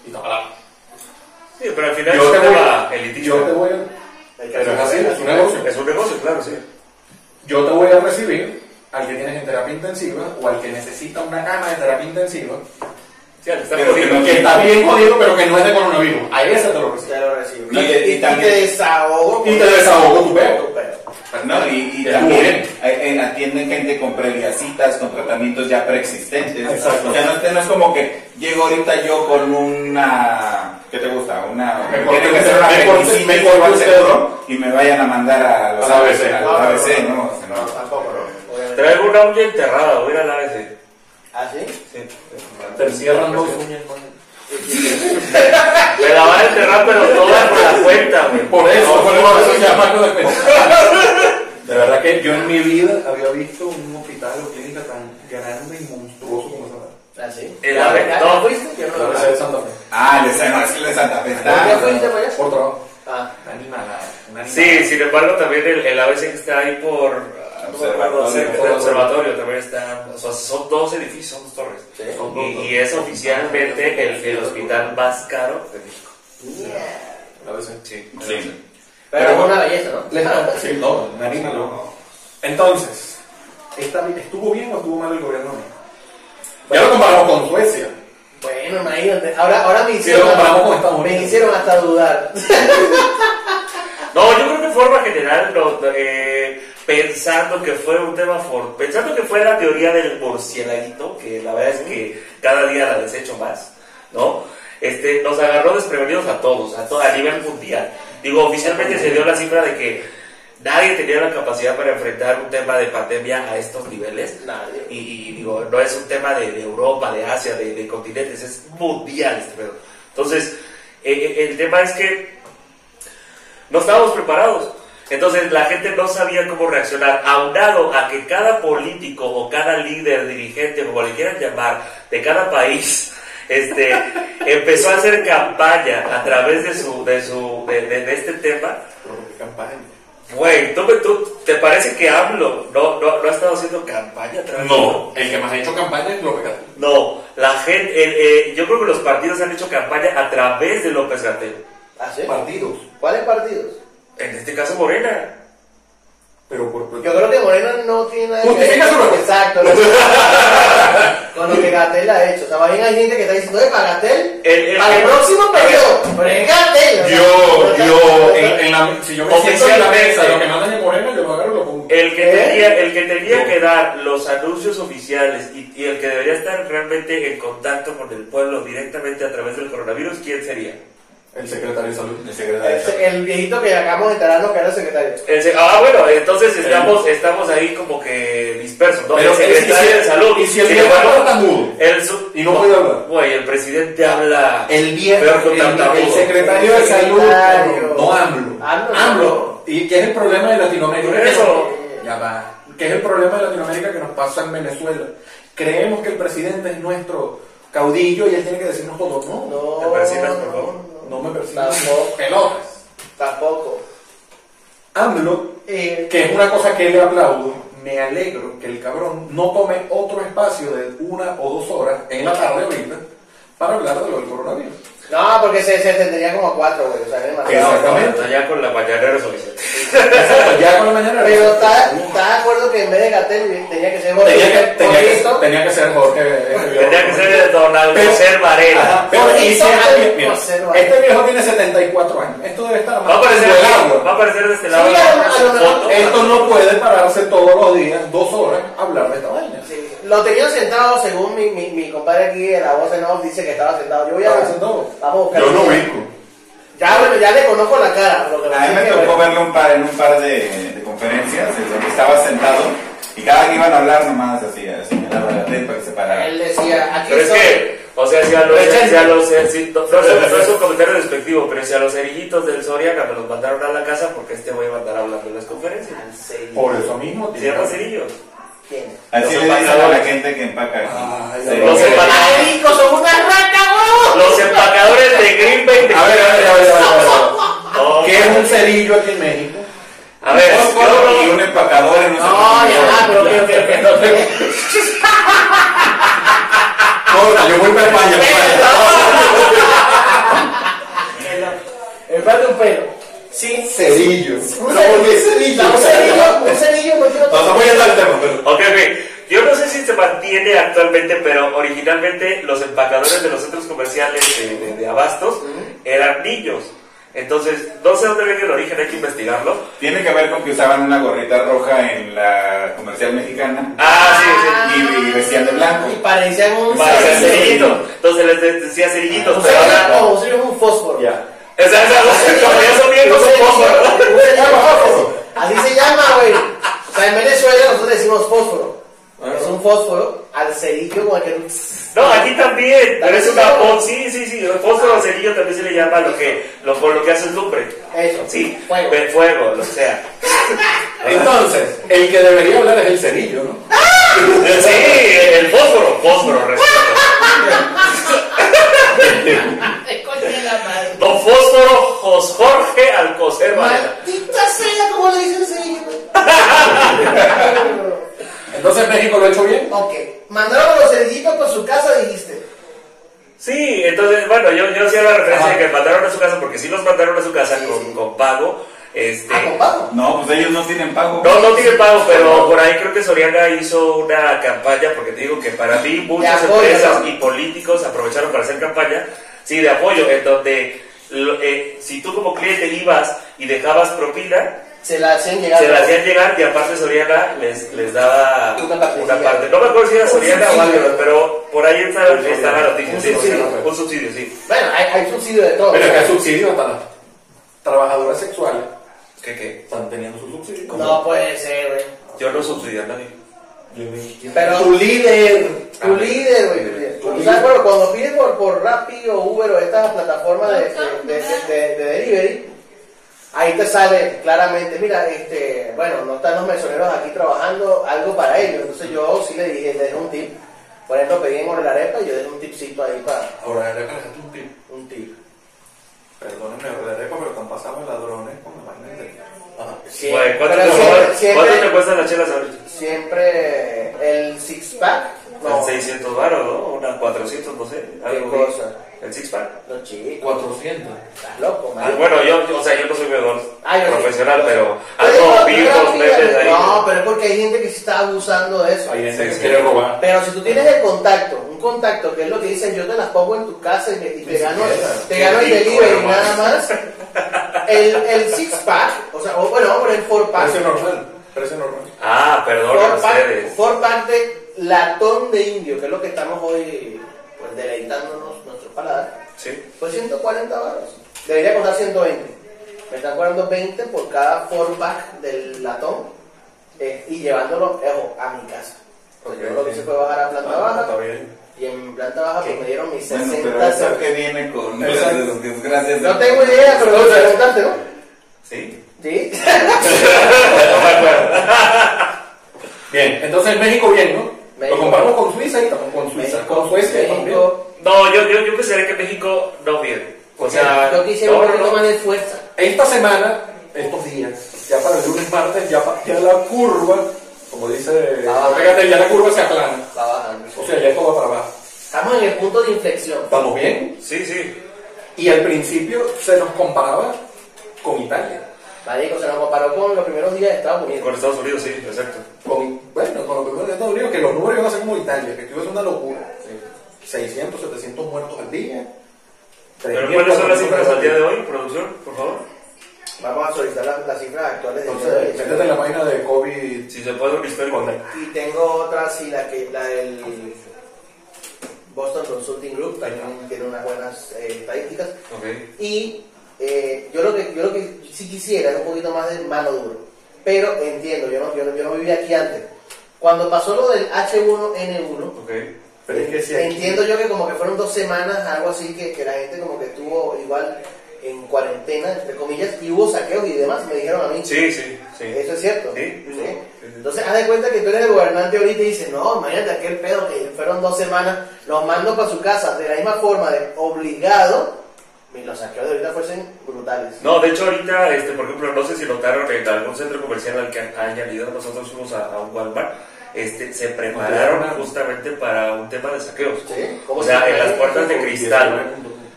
Speaker 3: Iztapalapa.
Speaker 1: Sí, pero al final
Speaker 3: Yo
Speaker 1: es
Speaker 3: te
Speaker 1: un tema
Speaker 3: voy,
Speaker 1: elitista.
Speaker 3: yo te voy a,
Speaker 2: Hay que
Speaker 3: pero es
Speaker 2: hacer-
Speaker 3: así, es un negocio.
Speaker 1: Es un negocio, claro, sí.
Speaker 3: Yo te voy a recibir al que tienes en terapia intensiva o al que necesita una cama de terapia intensiva,
Speaker 1: Sí, al estar
Speaker 4: Pero que
Speaker 1: jodido.
Speaker 4: no-
Speaker 3: que está bien jodido, pero que no es de coronavirus. A ese te lo recibo.
Speaker 2: Te lo recibo.
Speaker 4: Y- y- y también-
Speaker 2: desahogo.
Speaker 3: Y te desahogo tu peo.
Speaker 2: tu peo.
Speaker 4: Pues No, y, y
Speaker 3: Ya
Speaker 4: también
Speaker 3: bien.
Speaker 4: eh, eh, atienden gente con previas citas, con tratamientos ya preexistentes.
Speaker 3: Exacto.
Speaker 4: O sea, no, este no es como que llego ahorita yo con una. ¿Qué te gusta? Una.
Speaker 3: Me
Speaker 4: que
Speaker 3: corté-
Speaker 4: tengo que hacer una
Speaker 3: me corté-
Speaker 4: apendicitis,
Speaker 3: me corté
Speaker 4: voy al
Speaker 3: un
Speaker 4: seguro y me vayan a mandar a los
Speaker 3: A la ABC,
Speaker 4: a los
Speaker 2: no, no,
Speaker 4: ABC,
Speaker 2: no,
Speaker 4: ¿no? O sea, no.
Speaker 2: Tampoco, no. Obviamente.
Speaker 1: Traigo una uña enterrada, voy a ir a la ABC.
Speaker 2: ¿Ah, sí?
Speaker 1: Sí.
Speaker 3: Te cierran dos uñas,
Speaker 1: Me la van a enterrar, pero toda por la cuenta, güey.
Speaker 3: Por eso,
Speaker 1: No,
Speaker 3: por eso ya Marco <laughs> de Peña. De verdad que yo en mi vida había visto un hospital o clínica tan grande y monstruoso como esa.
Speaker 2: ¿Ah, sí?
Speaker 1: El
Speaker 2: ¿Ya-
Speaker 1: aventón.
Speaker 2: ya- ya fuiste? Yo no
Speaker 3: La
Speaker 2: lo
Speaker 3: ABC de Santa Fe.
Speaker 4: Ah, les además que les Santa Fe está.
Speaker 2: ¿Por qué
Speaker 3: Ah,
Speaker 2: fuiste para allá?
Speaker 3: Por trabajo.
Speaker 2: Ah,
Speaker 3: Animalada, una animalada.
Speaker 1: Sí, sin embargo, también el, el ABC que está ahí por. ah,
Speaker 4: Observatorio.
Speaker 1: sí, por el observatorio también está. O sea, son dos edificios, son dos torres.
Speaker 3: Son
Speaker 1: Y,
Speaker 3: dos, dos.
Speaker 1: y es oficialmente el, el hospital más caro de México.
Speaker 2: yeah.
Speaker 3: La ABC.
Speaker 1: Sí.
Speaker 4: Sí.
Speaker 2: Pero
Speaker 3: Pero-
Speaker 2: es una belleza, ¿no?
Speaker 3: Les- Sí, no, una animalada. Entonces, ¿está- ¿estuvo bien o estuvo mal el gobierno de México? Ya lo comparamos con Suecia.
Speaker 2: Bueno, imagínate. Ahora, ahora me
Speaker 3: Si lo
Speaker 2: hicieron.
Speaker 3: comparamos
Speaker 2: <laughs>
Speaker 3: con Estados
Speaker 2: me
Speaker 3: Unidos.
Speaker 2: hicieron hasta dudar.
Speaker 1: No, yo creo que en forma general, no, eh, pensando que fue un tema, for- pensando que fue la teoría del murcielaguito, que la verdad es que cada día la desecho más, ¿no? Este, nos agarró desprevenidos a todos, a, to- a nivel mundial. Digo, oficialmente se dio la cifra de que nadie tenía la capacidad para enfrentar un tema de pandemia a estos niveles.
Speaker 2: Nadie.
Speaker 1: Y, y digo, no es un tema de, de Europa, de Asia, de, de continentes, es mundial este pedo. Entonces, eh, eh, el tema es que no estábamos preparados. Entonces la gente no sabía cómo reaccionar, aunado a que cada político o cada líder, dirigente, como le quieran llamar, de cada país, <laughs> este, empezó a hacer campaña a través de, su, de, su, de, de- de este tema.
Speaker 3: Campaña.
Speaker 1: Güey, ¿tú, me- tú- te parece que AMLO no, no, no ha estado haciendo campaña? a través
Speaker 3: No, el que más ha hecho campaña es López Gatel.
Speaker 1: No, la gente, el, eh, yo creo que los partidos han hecho campaña a través de López Gatell.
Speaker 2: ¿Ah, sí?
Speaker 3: Partidos.
Speaker 2: ¿Cuáles partidos?
Speaker 1: En este caso Morena.
Speaker 3: Pero por.
Speaker 2: Yo creo que Moreno no tiene nada
Speaker 3: Justifica su respuesta.
Speaker 2: Exacto. no.
Speaker 3: <laughs>
Speaker 2: con lo que Gatel ha hecho. O sea, más bien hay gente que está diciendo, eh, para Gatel,
Speaker 1: El- el-
Speaker 2: para el
Speaker 1: el-
Speaker 2: próximo periodo. Pero es Gatel. o sea, no
Speaker 3: Yo,
Speaker 2: está-
Speaker 3: yo,
Speaker 2: no
Speaker 3: en,
Speaker 2: está-
Speaker 3: en la, si yo me siento en la mesa, lo que mandan en Morena, yo lo agarro y lo pongo.
Speaker 1: El que,
Speaker 2: ¿Eh?
Speaker 1: tenía, el que tenía que dar los anuncios oficiales y, y el que debería estar realmente en contacto con el pueblo directamente a través del coronavirus, ¿quién sería?
Speaker 3: El secretario de salud.
Speaker 4: El secretario.
Speaker 2: El, el viejito que acabamos de enterarnos que era el secretario.
Speaker 1: El se- ah, bueno, entonces estamos, estamos ahí como que dispersos. ¿no?
Speaker 3: Pero
Speaker 1: el
Speaker 3: es que
Speaker 1: secretario
Speaker 3: si-
Speaker 1: de salud.
Speaker 3: y si el
Speaker 1: sin
Speaker 3: viejo
Speaker 1: embargo,
Speaker 3: habla mudo.
Speaker 1: el su-
Speaker 3: Y no puede hablar.
Speaker 1: Güey, el presidente habla.
Speaker 3: El viejo,
Speaker 1: peor que un
Speaker 3: el,
Speaker 1: tartamudo.
Speaker 3: el secretario de salud,
Speaker 2: Secretario.
Speaker 3: no AMLO.
Speaker 2: AMLO.
Speaker 3: ¿Y qué es el problema de Latinoamérica?
Speaker 1: Por eso.
Speaker 3: Ya va. ¿Qué es el problema de Latinoamérica que nos pasa en Venezuela? Creemos que el presidente es nuestro caudillo y él tiene que decirnos todo. No,
Speaker 2: No,
Speaker 1: ¿Te persinas, por favor?
Speaker 2: no,
Speaker 3: no me persigas.
Speaker 2: Tampoco.
Speaker 3: Pelotas.
Speaker 2: Tampoco.
Speaker 3: AMLO
Speaker 2: Eh,
Speaker 3: que es una cosa que le aplaudo, me alegro que el cabrón no tome otro espacio de una o dos horas en la tarde ahorita para hablar de lo del
Speaker 2: <laughs>
Speaker 3: coronavirus.
Speaker 2: No, porque se, se tendría como a cuatro, güey. O sea, es demasiado.
Speaker 3: Exactamente.
Speaker 1: Allá con la mañanera solicita.
Speaker 3: Ya con la mañana.
Speaker 2: Pero está, está de acuerdo que que en vez de Gatel tenía que ser
Speaker 3: Tenía que,
Speaker 2: Jorge-
Speaker 3: tenía que,
Speaker 2: Jorgito.
Speaker 3: tenía que ser Jorge. eh,
Speaker 1: Tenía que ser el Donaldo Ser Varela.
Speaker 3: Ajá, pero
Speaker 2: Jorgito
Speaker 3: dice, ah,
Speaker 2: Alonso
Speaker 3: mira,
Speaker 2: Cervantes.
Speaker 3: este viejo tiene 74 años. Esto debe estar
Speaker 1: Va a aparecer,
Speaker 3: del agua.
Speaker 1: va a aparecer de este lado.
Speaker 2: Sí, a lo mejor.
Speaker 1: Foto.
Speaker 3: Esto no puede pararse todos los días, dos horas, a hablar de esta vaina.
Speaker 2: Sí, Lo tenían sentado, según mi, mi, mi compadre aquí, en la voz en off, dice que estaba sentado. Yo voy a.
Speaker 3: Estaba sentado.
Speaker 2: Vamos a buscar.
Speaker 5: Yo lo ubico.
Speaker 2: Ya, bueno, ya le conozco la cara. Lo que
Speaker 4: A mí me
Speaker 2: pasa es que,
Speaker 4: tocó
Speaker 2: bueno,
Speaker 4: verlo un par, en un par de, de conferencias, en donde estaba sentado y cada que iban a hablar nomás hacía señalaba la teta para que se parara.
Speaker 2: Él decía, aquí
Speaker 1: Pero es
Speaker 2: soy.
Speaker 1: que, o sea, si a los,
Speaker 2: Presente.
Speaker 1: si a los, eh, si- no, no es- no es un comentario despectivo, pero si a los cerillitos del Soriana me los mandaron a la casa porque este voy a andar hablando en las conferencias.
Speaker 2: Al seis.
Speaker 3: Por eso mismo.
Speaker 1: Se llama
Speaker 3: tiene-
Speaker 1: cerillos.
Speaker 2: ¿Quién?
Speaker 4: Así
Speaker 1: Los
Speaker 4: le dicen a la
Speaker 1: empacadores.
Speaker 4: gente que empaca.
Speaker 3: Ay,
Speaker 4: Sí.
Speaker 3: Dios.
Speaker 1: Los empacadores.
Speaker 2: ¡Marico, son una rata, huevo!
Speaker 1: Los empacadores de Green Bay. de-
Speaker 3: A ver, a ver, a ver, a ver, a
Speaker 1: No,
Speaker 3: ver. ¿Qué es un cerillo aquí en México?
Speaker 1: A ver,
Speaker 4: Un
Speaker 1: yo
Speaker 4: coro
Speaker 1: no-
Speaker 4: y un empacador en un
Speaker 2: No, ya, va, pero creo que.
Speaker 1: Ah,
Speaker 3: Corta, yo voy para España.
Speaker 2: <laughs> Espérate un pelo. Sí.
Speaker 3: Cerillo.
Speaker 2: Un
Speaker 3: No, ¿por qué
Speaker 2: cerillo. No, Un cerillo, un cerillo, no quiero.
Speaker 3: No, estamos yendo al tema, pero-
Speaker 1: Ok, ok. Yo no sé si se mantiene actualmente, pero originalmente los empacadores de los centros comerciales de, de- de abastos eran niños. Entonces, no sé dónde viene el origen, hay que investigarlo.
Speaker 4: Tiene que ver con que usaban una gorrita roja en la comercial mexicana
Speaker 1: Ah, sí, sí.
Speaker 4: y, y vestían de blanco.
Speaker 2: Y parecían un
Speaker 1: Para ser
Speaker 2: cerillo.
Speaker 1: cerillitos. Entonces les de- decía cerillitos,
Speaker 2: Un
Speaker 1: pero
Speaker 2: cerillo
Speaker 1: ahora.
Speaker 2: como un cerillo, un fósforo. <laughs>
Speaker 3: Ya.
Speaker 1: O sea, o sea, como ya son viejos, son pocos, ¿verdad?
Speaker 2: Un cerillo fósforo. Así se llama, güey. O sea, en Venezuela nosotros decimos fósforo. Es un fósforo al cerillo con el que...
Speaker 1: No, aquí también. Pero es
Speaker 2: se
Speaker 1: una
Speaker 2: llama?
Speaker 1: pon. Sí, sí, sí. Fósforo cerillo también se le llama lo que, lo, por lo que hace el lumbre.
Speaker 2: Eso.
Speaker 1: Sí,
Speaker 2: Fuego.
Speaker 1: Ve- fuego, lo sea.
Speaker 3: Entonces, el que debería hablar es el cerillo,
Speaker 2: <laughs>
Speaker 3: ¿no?
Speaker 1: Sí, el fósforo, fósforo, respeto.
Speaker 2: Te coño la madre.
Speaker 1: Don Fósforo Jos- Jorge Alcocer Varela.
Speaker 2: Maldita sea, ¿cómo le dicen cerillo, güey?
Speaker 3: Entonces México lo ha hecho bien.
Speaker 2: Ok, mandaron a los cerillitos por su casa, dijiste.
Speaker 1: Sí, entonces, bueno, yo, yo hacía la referencia de que mandaron a su casa, porque sí los mandaron a su casa
Speaker 2: Sí,
Speaker 1: con,
Speaker 2: sí.
Speaker 1: con pago. Este,
Speaker 2: Ah, con pago.
Speaker 4: No, pues ellos no tienen pago.
Speaker 1: no, no tiene pago, pero por ahí creo que Soriana hizo una campaña, porque te digo que para mí muchas
Speaker 2: apoyo,
Speaker 1: empresas
Speaker 2: ¿no?
Speaker 1: y políticos aprovecharon para hacer campaña, sí, de apoyo, en donde lo- eh, si tú como cliente ibas y dejabas propina,
Speaker 2: Se la hacen llegar.
Speaker 1: se la hacían llegar y aparte Soriana les, les daba
Speaker 2: Una parte.
Speaker 1: una parte. No me acuerdo si era Soriana o algo, pero por ahí está, está la noticia.
Speaker 2: Un
Speaker 1: sí,
Speaker 2: subsidio.
Speaker 1: un subsidio, sí.
Speaker 2: Bueno, hay, hay subsidio de todo.
Speaker 3: Pero es que hay subsidio hasta las trabajadoras sexuales. que qué? Están teniendo su subsidio.
Speaker 2: No puede ser, güey.
Speaker 1: Yo no subsidio a nadie.
Speaker 2: Pero
Speaker 3: Tu líder.
Speaker 2: tu líder, güey.
Speaker 3: Tu
Speaker 2: O sea,
Speaker 3: líder.
Speaker 2: bueno, cuando pides por, por Rappi o Uber o estas plataformas de, de- de- de- de delivery, ahí te sale claramente, mira, este, bueno, no están los mesoneros aquí trabajando algo para ellos. Entonces yo sí le dije, le dejé un tip. Por ejemplo, pedí en la arepa y yo dejé un tipcito ahí para
Speaker 3: Ahora era para un tip.
Speaker 2: un tip.
Speaker 3: Perdónenme, ahora pero están pasando ladrones con la vaina de- Ajá.
Speaker 2: Sí,
Speaker 1: Güey, ¿cuánto,
Speaker 2: pero
Speaker 1: te,
Speaker 2: siempre-
Speaker 1: cuánto
Speaker 2: siempre-
Speaker 1: te cuestan las chelas ahorita?
Speaker 2: Siempre el six pack, no,
Speaker 1: En 600 baros, ¿no? Una 400, no sé. Algo
Speaker 2: ¿Qué
Speaker 1: así.
Speaker 2: cosa?
Speaker 1: ¿El six pack?
Speaker 2: los chicos,
Speaker 3: 400.
Speaker 2: estás loco,
Speaker 1: Ah,
Speaker 2: man.
Speaker 1: bueno, yo, yo- o sea, yo no soy bebedor
Speaker 2: Ah, yo sí.
Speaker 1: profesional, pero
Speaker 2: Pero
Speaker 1: algo
Speaker 2: no,
Speaker 1: vivos,
Speaker 2: pero
Speaker 1: metes
Speaker 2: fíjate,
Speaker 1: ahí.
Speaker 2: No, pero es porque hay gente que se está abusando de eso.
Speaker 3: Hay gente
Speaker 1: Sí,
Speaker 3: que
Speaker 1: sí.
Speaker 3: quiere robar.
Speaker 2: Pero si tú tienes el contacto, un contacto que es lo que dicen, yo te las pongo en tu casa y, te- y te,
Speaker 3: Ni
Speaker 2: gano,
Speaker 3: siquiera.
Speaker 2: te gano el
Speaker 3: Qué rico,
Speaker 2: delivery
Speaker 3: hermano.
Speaker 2: nada más. El, el six pack, o sea, o, bueno, vamos a poner four pack.
Speaker 3: Precio normal. Precio normal.
Speaker 1: Ah, perdón a
Speaker 2: Four pack,
Speaker 1: ustedes.
Speaker 2: four pack de latón de indio, que es lo que estamos hoy pues, deleitándonos nuestro paladar.
Speaker 1: Sí.
Speaker 2: Fue 140 baros. Debería costar 120. Me están cobrando 20 por cada four pack del latón eh, y llevándolo ojo, a mi casa. Pues yo lo que hice fue bajar a planta
Speaker 3: Ah,
Speaker 2: baja
Speaker 3: Está bien.
Speaker 2: y en planta baja pues, me dieron mis
Speaker 4: Bueno,
Speaker 2: 60
Speaker 4: pero eso
Speaker 2: cent-
Speaker 4: que viene con
Speaker 3: Exacto.
Speaker 4: las desgracias. de-
Speaker 2: No tengo idea, pero lo preguntaste, ¿no?
Speaker 1: Sí.
Speaker 2: Sí.
Speaker 1: No me acuerdo.
Speaker 3: Bien, entonces México bien, ¿no?
Speaker 2: México.
Speaker 3: Lo comparamos con Suiza y estamos con Suiza. con Suecia también.
Speaker 2: México.
Speaker 1: No, yo, yo, yo pensaría que México no viene. O sea,
Speaker 2: Yo quisiera
Speaker 1: no,
Speaker 2: un
Speaker 1: no,
Speaker 2: poquito
Speaker 1: no.
Speaker 2: más de fuerza.
Speaker 3: Esta semana, estos días, ya para el lunes martes, ya, pa- ya la curva, como dice,
Speaker 2: Ah.
Speaker 3: fíjate, ya la curva se aplana.
Speaker 2: Va bajando.
Speaker 3: O sea, ya esto va para abajo.
Speaker 2: Estamos en el punto de inflexión.
Speaker 3: Estamos bien.
Speaker 1: Sí, sí.
Speaker 3: Y al principio se nos comparaba con Italia.
Speaker 2: Marico, se nos comparó con los primeros días de Estados Unidos.
Speaker 1: Con Estados Unidos, sí, exacto.
Speaker 3: Con, bueno, con lo primero de Estados Unidos, que los números iban a ser como Italia, que esto es una locura. 600, 700 muertos al día.
Speaker 1: Pero
Speaker 3: 300,
Speaker 1: ¿cuáles son las cifras
Speaker 3: 400
Speaker 1: al día de hoy, producción, por favor?
Speaker 2: Vamos a solicitar las, las cifras actuales de
Speaker 3: Entonces, métete en la página de COVID.
Speaker 1: Si se puede, un histórico.
Speaker 2: Y tengo otra, sí, la, que, la del Boston Consulting Group, también tiene unas buenas eh, estadísticas.
Speaker 1: Ok.
Speaker 2: Y eh, yo, lo que, yo lo que sí quisiera es un poquito más de mano duro. Pero entiendo, yo no, yo no, yo no vivía aquí antes. Cuando pasó lo del H1N1,
Speaker 1: Ok.
Speaker 3: Pero es que si aquí-
Speaker 2: Entiendo yo que como que fueron dos semanas, algo así, que, que la gente como que estuvo igual en cuarentena, entre comillas, y hubo saqueos y demás, me dijeron a mí.
Speaker 1: Sí, sí, sí.
Speaker 2: Eso es cierto.
Speaker 1: Sí. Sí.
Speaker 2: Entonces, haz de cuenta que tú eres el gobernante ahorita y dices, no, imagínate aquel pedo que fueron dos semanas, los mando para su casa, de la misma forma, de obligado, y los saqueos de ahorita fuesen brutales.
Speaker 1: No, de hecho ahorita, este, por ejemplo, no sé si notaron que en algún centro comercial al que han añadido, nosotros fuimos a, a un Walmart, este, se prepararon
Speaker 3: Claro.
Speaker 1: justamente para un tema de saqueos.
Speaker 2: Sí, ¿cómo
Speaker 1: O
Speaker 2: se
Speaker 1: sea,
Speaker 2: llama?
Speaker 1: en las puertas de cristal,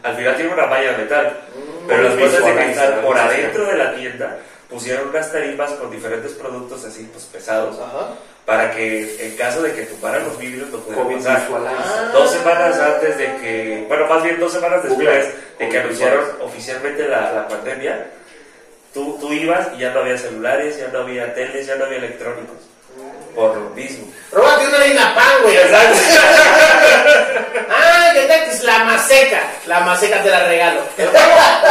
Speaker 1: al final tiene una malla de metal, pero las puertas de cristal por adentro de la tienda pusieron unas tarimas con diferentes productos así, pues pesados,
Speaker 2: Ajá.
Speaker 1: para que en caso de que tumbaran los vidrios no
Speaker 3: COVID
Speaker 1: pudieran pasar.
Speaker 3: visualiza.
Speaker 1: Dos semanas antes de que, bueno, más bien dos semanas después de
Speaker 3: Ujú.
Speaker 1: que anunciaron oficialmente la, la pandemia, tú, tú ibas y ya no había celulares, ya no había teles, ya no había electrónicos. Por lo mismo.
Speaker 2: Róbate una harina pan, güey. Ah, ¿qué tal? Es la maseca. La maseca te la regalo. ¡El huevo,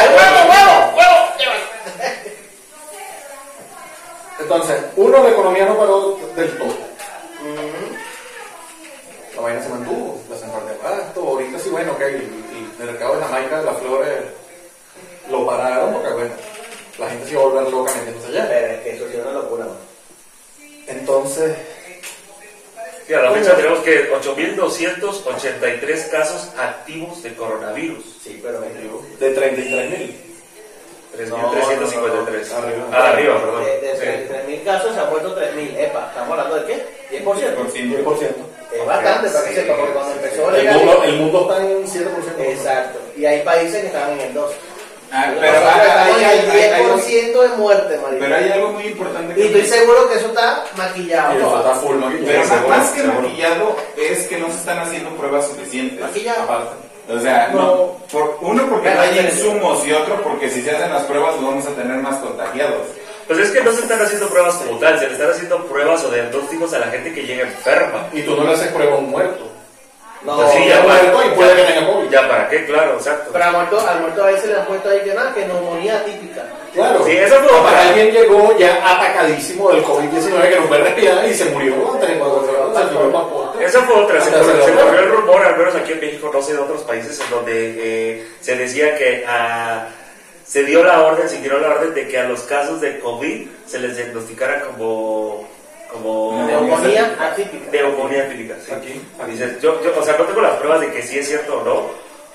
Speaker 2: el huevo, huevo! ¡Huevo!
Speaker 3: Entonces, uno, la economía no paró del todo. La vaina se mantuvo, la central de abasto. Ahorita sí, bueno, que el, el mercado de Jamaica de las flores lo pararon porque, bueno, la gente se iba a volver loca metiéndose allá.
Speaker 2: Pero es que eso sí es una locura, man.
Speaker 3: Entonces,
Speaker 1: Y a la fecha tenemos que 8.283 casos activos de coronavirus.
Speaker 2: Sí, pero me digo.
Speaker 3: de 33 mil.
Speaker 1: 3.353.
Speaker 3: No, no, no, no,
Speaker 1: Ah, arriba, perdón.
Speaker 2: De, de,
Speaker 1: Sí.
Speaker 2: 3.000 casos se han muerto 3.000. Epa, ¿estamos hablando de qué? 10%.
Speaker 4: 100%.
Speaker 3: 10%.
Speaker 2: Es bastante para que sepa, porque cuando empezó
Speaker 3: El
Speaker 2: legal-
Speaker 3: mundo, el mundo está en 7%.
Speaker 2: Exacto. Y hay países que estaban en el 2.
Speaker 4: Ah,
Speaker 2: Pero
Speaker 4: pero, hay,
Speaker 2: hay
Speaker 4: hay- hay-
Speaker 2: el 10% de muerte, marico.
Speaker 4: pero hay algo muy importante
Speaker 2: Y
Speaker 4: que...
Speaker 2: estoy seguro que eso está
Speaker 3: Y
Speaker 2: maquillado.
Speaker 3: eso
Speaker 2: todo.
Speaker 3: está full, ¿no?
Speaker 4: Pero más-
Speaker 3: Seguro,
Speaker 4: más que
Speaker 3: seguro.
Speaker 4: maquillado es que no se están haciendo pruebas suficientes.
Speaker 2: Maquillado.
Speaker 4: Aparte. O sea,
Speaker 3: No.
Speaker 4: no, por, uno porque
Speaker 2: Pero
Speaker 4: no hay
Speaker 2: hay-
Speaker 4: insumos y otro porque si se hacen las pruebas los vamos a tener más contagiados.
Speaker 1: Pues es que no se están haciendo pruebas como tal, se le están haciendo pruebas o diagnósticos a la gente que llega enferma.
Speaker 3: Y tú no le haces prueba a un muerto.
Speaker 2: No,
Speaker 1: Pues sí,
Speaker 3: ya
Speaker 1: ya
Speaker 3: muerto
Speaker 1: para-
Speaker 3: y puede que tenga COVID.
Speaker 1: Ya para qué, claro, exacto.
Speaker 2: Pero al muerto, al muerto a veces le han puesto ahí que nada, que neumonía típica.
Speaker 3: Claro.
Speaker 1: Sí, eso fue-
Speaker 3: O para alguien llegó ya atacadísimo del COVID-19 que no puede respirar y se murió antes de cuando se levantó, se murió más pobre.
Speaker 1: Esa fue otra, se
Speaker 3: Hasta
Speaker 1: corrió,
Speaker 3: Ah, se
Speaker 1: se
Speaker 3: lo-
Speaker 1: corrió el rumor, al menos aquí en México, no sé de otros países, en donde eh, se decía que ah, se dio la orden, se dio la orden de que a los casos de COVID se les diagnosticara como, como
Speaker 2: Neumonía atípica.
Speaker 1: neumonía clínica. sí.
Speaker 3: Aquí, aquí.
Speaker 1: Dices, yo, yo, o sea, no tengo las pruebas de que sí es cierto o no,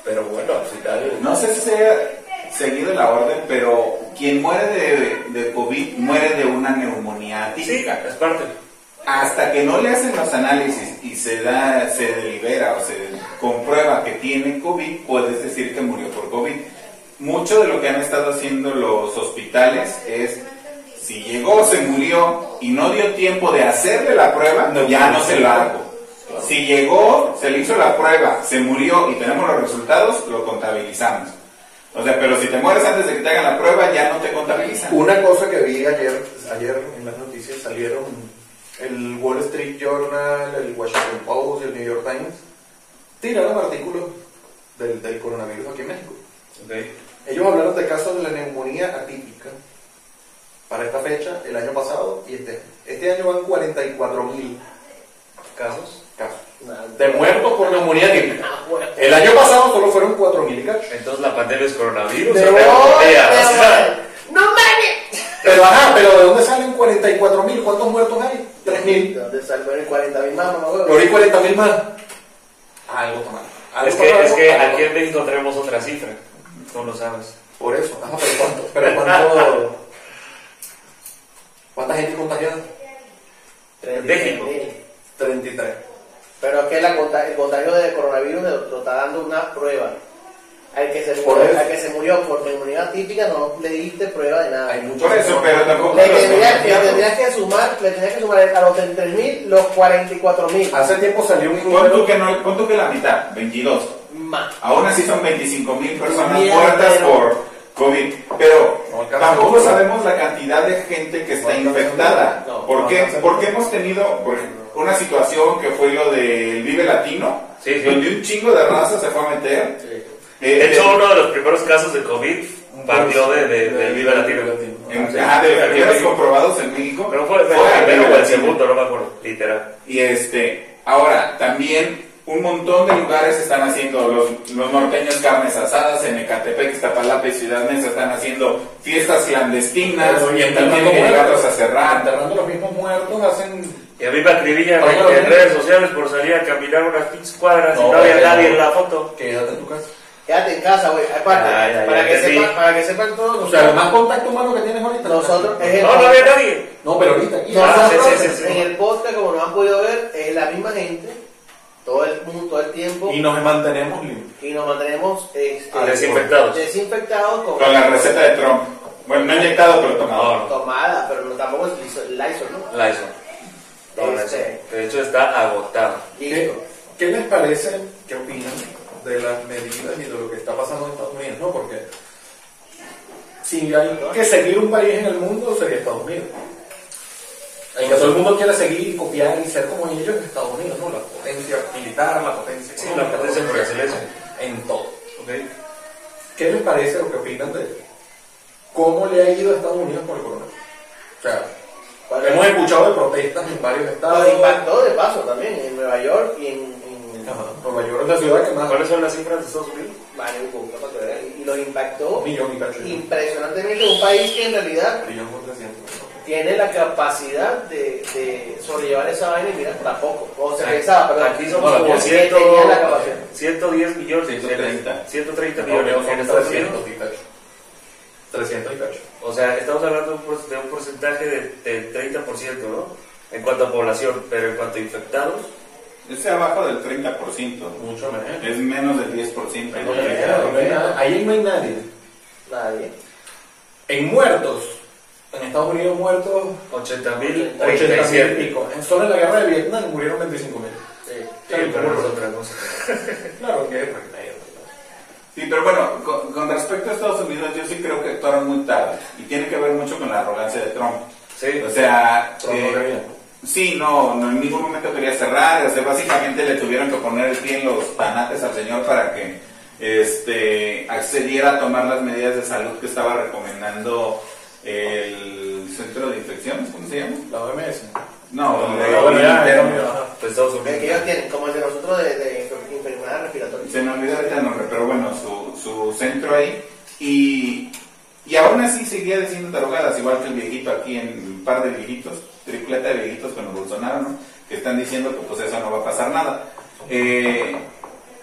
Speaker 1: pero bueno, al final.
Speaker 4: No sé si sea seguido la orden, pero quien muere de, de COVID muere de una neumonía
Speaker 1: Sí,
Speaker 4: atípica.
Speaker 1: es parte.
Speaker 4: Hasta que no le hacen los análisis y se da, se delibera o se comprueba que tiene COVID, puedes decir que murió por COVID. Mucho de lo que han estado haciendo los hospitales es si llegó, se murió y no dio tiempo de hacerle la prueba, ya no se lo hago. Si llegó, se le hizo la prueba, se murió y tenemos los resultados, lo contabilizamos. O sea, pero si te mueres antes de que te hagan la prueba, ya no te contabilizan.
Speaker 3: Una cosa que vi ayer, ayer en las noticias salieron el Wall Street Journal, el Washington Post y el New York Times tiraron artículos del, del coronavirus aquí en México. Ellos hablaron de casos de la neumonía atípica para esta fecha, el año pasado y este. Este año van 44 mil
Speaker 1: ¿Casos?
Speaker 3: casos.
Speaker 2: Nah,
Speaker 3: de muertos por neumonía típica.
Speaker 2: nah, bueno.
Speaker 3: El año pasado solo fueron 4.000 y cacho.
Speaker 1: Entonces la pandemia es coronavirus.
Speaker 2: Me
Speaker 1: o
Speaker 2: voy,
Speaker 1: neumonía?
Speaker 2: me
Speaker 1: O sea,
Speaker 2: voy. ¡No mames!
Speaker 3: Pero ajá, pero ¿de dónde salen 44.000? ¿Cuántos muertos hay? 3.000.
Speaker 2: ¿Dónde salieron 40.000 más, mamá, huevo?
Speaker 3: Pero hay 40.000 más. Algo está mal. Algo
Speaker 1: Es
Speaker 3: está
Speaker 1: que,
Speaker 3: mal,
Speaker 1: es que
Speaker 3: algo
Speaker 1: aquí
Speaker 3: está
Speaker 1: en
Speaker 3: mal.
Speaker 1: México tenemos otra cifra. Tú lo sabes.
Speaker 3: Por eso, ajá, pero ¿cuánto? Pero ¿cuánto?
Speaker 1: <laughs>
Speaker 3: ¿Cuánta gente contagiada?
Speaker 2: 33.000.
Speaker 1: México.
Speaker 3: 33.
Speaker 2: Pero es que la conta- el contagio de coronavirus lo lo está dando una prueba. al que se
Speaker 3: Por
Speaker 2: murió,
Speaker 3: eso.
Speaker 2: al que se murió por neumonía típica no le diste prueba de nada.
Speaker 3: Hay muchos
Speaker 4: Por eso, pero tampoco.
Speaker 2: Le
Speaker 4: los
Speaker 2: tendrías, le
Speaker 4: contagiados.
Speaker 2: tendrías que sumar, le tendrías que sumar a los 33.000 los
Speaker 1: Ah.
Speaker 2: 44.000
Speaker 3: Hace tiempo salió un
Speaker 4: Pon tú
Speaker 3: número
Speaker 4: que no, pon tú que la mitad, 22.
Speaker 2: más.
Speaker 4: Aún así son 25 mil personas
Speaker 2: Bien,
Speaker 4: muertas
Speaker 2: pero-
Speaker 4: por COVID, pero
Speaker 3: No alcanza
Speaker 4: tampoco
Speaker 3: mucho.
Speaker 4: sabemos la cantidad de gente que está
Speaker 3: No alcanza
Speaker 4: infectada.
Speaker 3: mucho. No,
Speaker 4: ¿Por
Speaker 3: no
Speaker 4: qué?
Speaker 3: alcanza
Speaker 4: Porque hemos tenido por ejemplo, una situación que fue lo del Vive Latino,
Speaker 1: Sí, sí.
Speaker 4: donde un chingo de raza se fue a meter. Eh,
Speaker 1: De hecho,
Speaker 4: eh,
Speaker 1: uno de los primeros casos de COVID partió de, de, del Viva Latino. Ah,
Speaker 4: en- ajá, de los primeros comprobados en México.
Speaker 1: Pero fue, fue
Speaker 4: al
Speaker 1: el primero
Speaker 4: Vive
Speaker 1: o el
Speaker 4: Latino.
Speaker 1: segundo, no me acuerdo, literal.
Speaker 4: Y este, ahora también un montón de lugares están haciendo, los, los norteños carnes asadas en Ecatepec, Iztapalapa y Ciudad Neza están haciendo fiestas clandestinas,
Speaker 3: Pero, y
Speaker 4: también
Speaker 3: enterrando
Speaker 4: tienen gatos
Speaker 3: muertos
Speaker 4: a cerrar.
Speaker 3: Ah, Enterrando los mismos muertos hacen.
Speaker 1: Y a mí me acribillan
Speaker 3: Oye,
Speaker 1: en,
Speaker 3: oye.
Speaker 1: en redes sociales por salir a caminar unas pinches cuadras y
Speaker 3: No,
Speaker 1: no había
Speaker 3: oye,
Speaker 1: nadie
Speaker 3: no.
Speaker 1: en la foto.
Speaker 3: Quédate en tu casa.
Speaker 2: Quédate en casa, güey. Aparte,
Speaker 1: Ay, ay,
Speaker 2: para,
Speaker 1: ay,
Speaker 2: que
Speaker 1: entendí.
Speaker 2: sepa- para que sepan todos,
Speaker 3: O sea, el más contacto humano que tienes ahorita.
Speaker 2: nosotros es el
Speaker 1: No, no había nadie.
Speaker 3: No, pero ahorita aquí.
Speaker 1: No,
Speaker 3: Ah,
Speaker 1: sí,
Speaker 2: Nosotros,
Speaker 1: sí, sí, sí.
Speaker 2: en el podcast, como nos han podido ver, es la misma gente, todo el mundo, todo el tiempo,
Speaker 3: Y nos mantenemos limpios.
Speaker 2: y nos mantenemos este,
Speaker 1: Ah, desinfectados.
Speaker 2: desinfectados con,
Speaker 4: Con la receta de Trump. Bueno, no inyectado, pero tomado.
Speaker 1: No, no.
Speaker 2: tomada, pero no, tampoco es liso- Lysol, ¿no?
Speaker 1: La hizo. No, la hizo.
Speaker 2: Este.
Speaker 1: De hecho, está agotado.
Speaker 3: ¿Qué,
Speaker 2: Listo.
Speaker 3: qué les parece, qué opinan de las medidas y de lo que está pasando en Estados Unidos? ¿no? Porque si hay que seguir un país en el mundo, sería Estados Unidos. El que todo el mundo quiere seguir y copiar y ser como ellos es Estados Unidos, ¿no? La potencia militar, la potencia
Speaker 1: Sí, la potencia por excelencia.
Speaker 3: en todo. ¿Qué les parece o qué opinan de cómo le ha ido a Estados Unidos con el coronavirus? O sea,
Speaker 2: Para-
Speaker 3: hemos escuchado de protestas en varios estados.
Speaker 2: Nos impactó de paso también en Nueva York y en, en
Speaker 3: Ajá, Nueva York es la ciudad que más.
Speaker 1: ¿Cuáles son las cifras de Estados Unidos?
Speaker 2: Vale, hubo una para que vean, y los impactó
Speaker 3: Un millón y cacho. Un
Speaker 2: impresionantemente. Un país que en realidad
Speaker 3: millón con trescientos.
Speaker 2: tiene la capacidad de, de sobrellevar esa vaina y mira, tampoco. O se pensaba, pero
Speaker 1: Aquí somos
Speaker 2: no,
Speaker 1: como
Speaker 2: que
Speaker 1: 100,
Speaker 2: tenía la capacidad.
Speaker 1: 110 millones.
Speaker 4: 130.
Speaker 1: 130
Speaker 3: No,
Speaker 1: millones
Speaker 3: no,
Speaker 1: en
Speaker 3: son
Speaker 1: Estados Unidos.
Speaker 3: 300 y cacho. 300 y cacho.
Speaker 1: O sea, estamos hablando de un por- de un porcentaje de- del 30%, ¿no? En cuanto a población, pero en cuanto a infectados,
Speaker 4: Es abajo del 30%.
Speaker 3: Mucho menos.
Speaker 4: Es menos del 10%.
Speaker 3: Ahí no hay nada, no hay nada. Ahí no hay nadie.
Speaker 2: Nadie.
Speaker 3: En muertos, en Estados Unidos muertos,
Speaker 1: 80.000,
Speaker 3: 80 mil
Speaker 1: 37.
Speaker 3: pico. En solo en la guerra de Vietnam murieron 25 mil.
Speaker 2: Sí.
Speaker 1: Sí, pero es otra cosa.
Speaker 3: Claro que es remedio.
Speaker 4: Sí, pero bueno, con, con respecto a Estados Unidos, yo sí creo que actuaron muy tarde. Y tiene que ver mucho con la arrogancia de Trump.
Speaker 1: Sí. pues,
Speaker 4: O sea,
Speaker 3: Trump
Speaker 4: eh,
Speaker 3: no quería.
Speaker 4: Sí, no, no, en ningún momento quería cerrar, o sea, básicamente le tuvieron que poner el pie en los tanates al señor para que este, accediera a tomar las medidas de salud que estaba recomendando el centro de infecciones, ¿cómo se llama?
Speaker 3: La OMS.
Speaker 4: No,
Speaker 3: No,
Speaker 4: el
Speaker 3: no, no, ya,
Speaker 4: interno.
Speaker 3: ya, ya.
Speaker 1: Pues Estados
Speaker 2: Que
Speaker 1: Unidos.
Speaker 2: ellos tienen, como el de nosotros, de, de enfermedad respiratoria.
Speaker 4: Se me olvidó ahorita el nombre, pero bueno, su, su centro ahí. Y, y aún así seguía diciendo tarugadas, igual que el viejito aquí en un par de viejitos, tripleta de viejitos con el Bolsonaro, ¿no? que están diciendo que pues eso no va a pasar nada. Eh,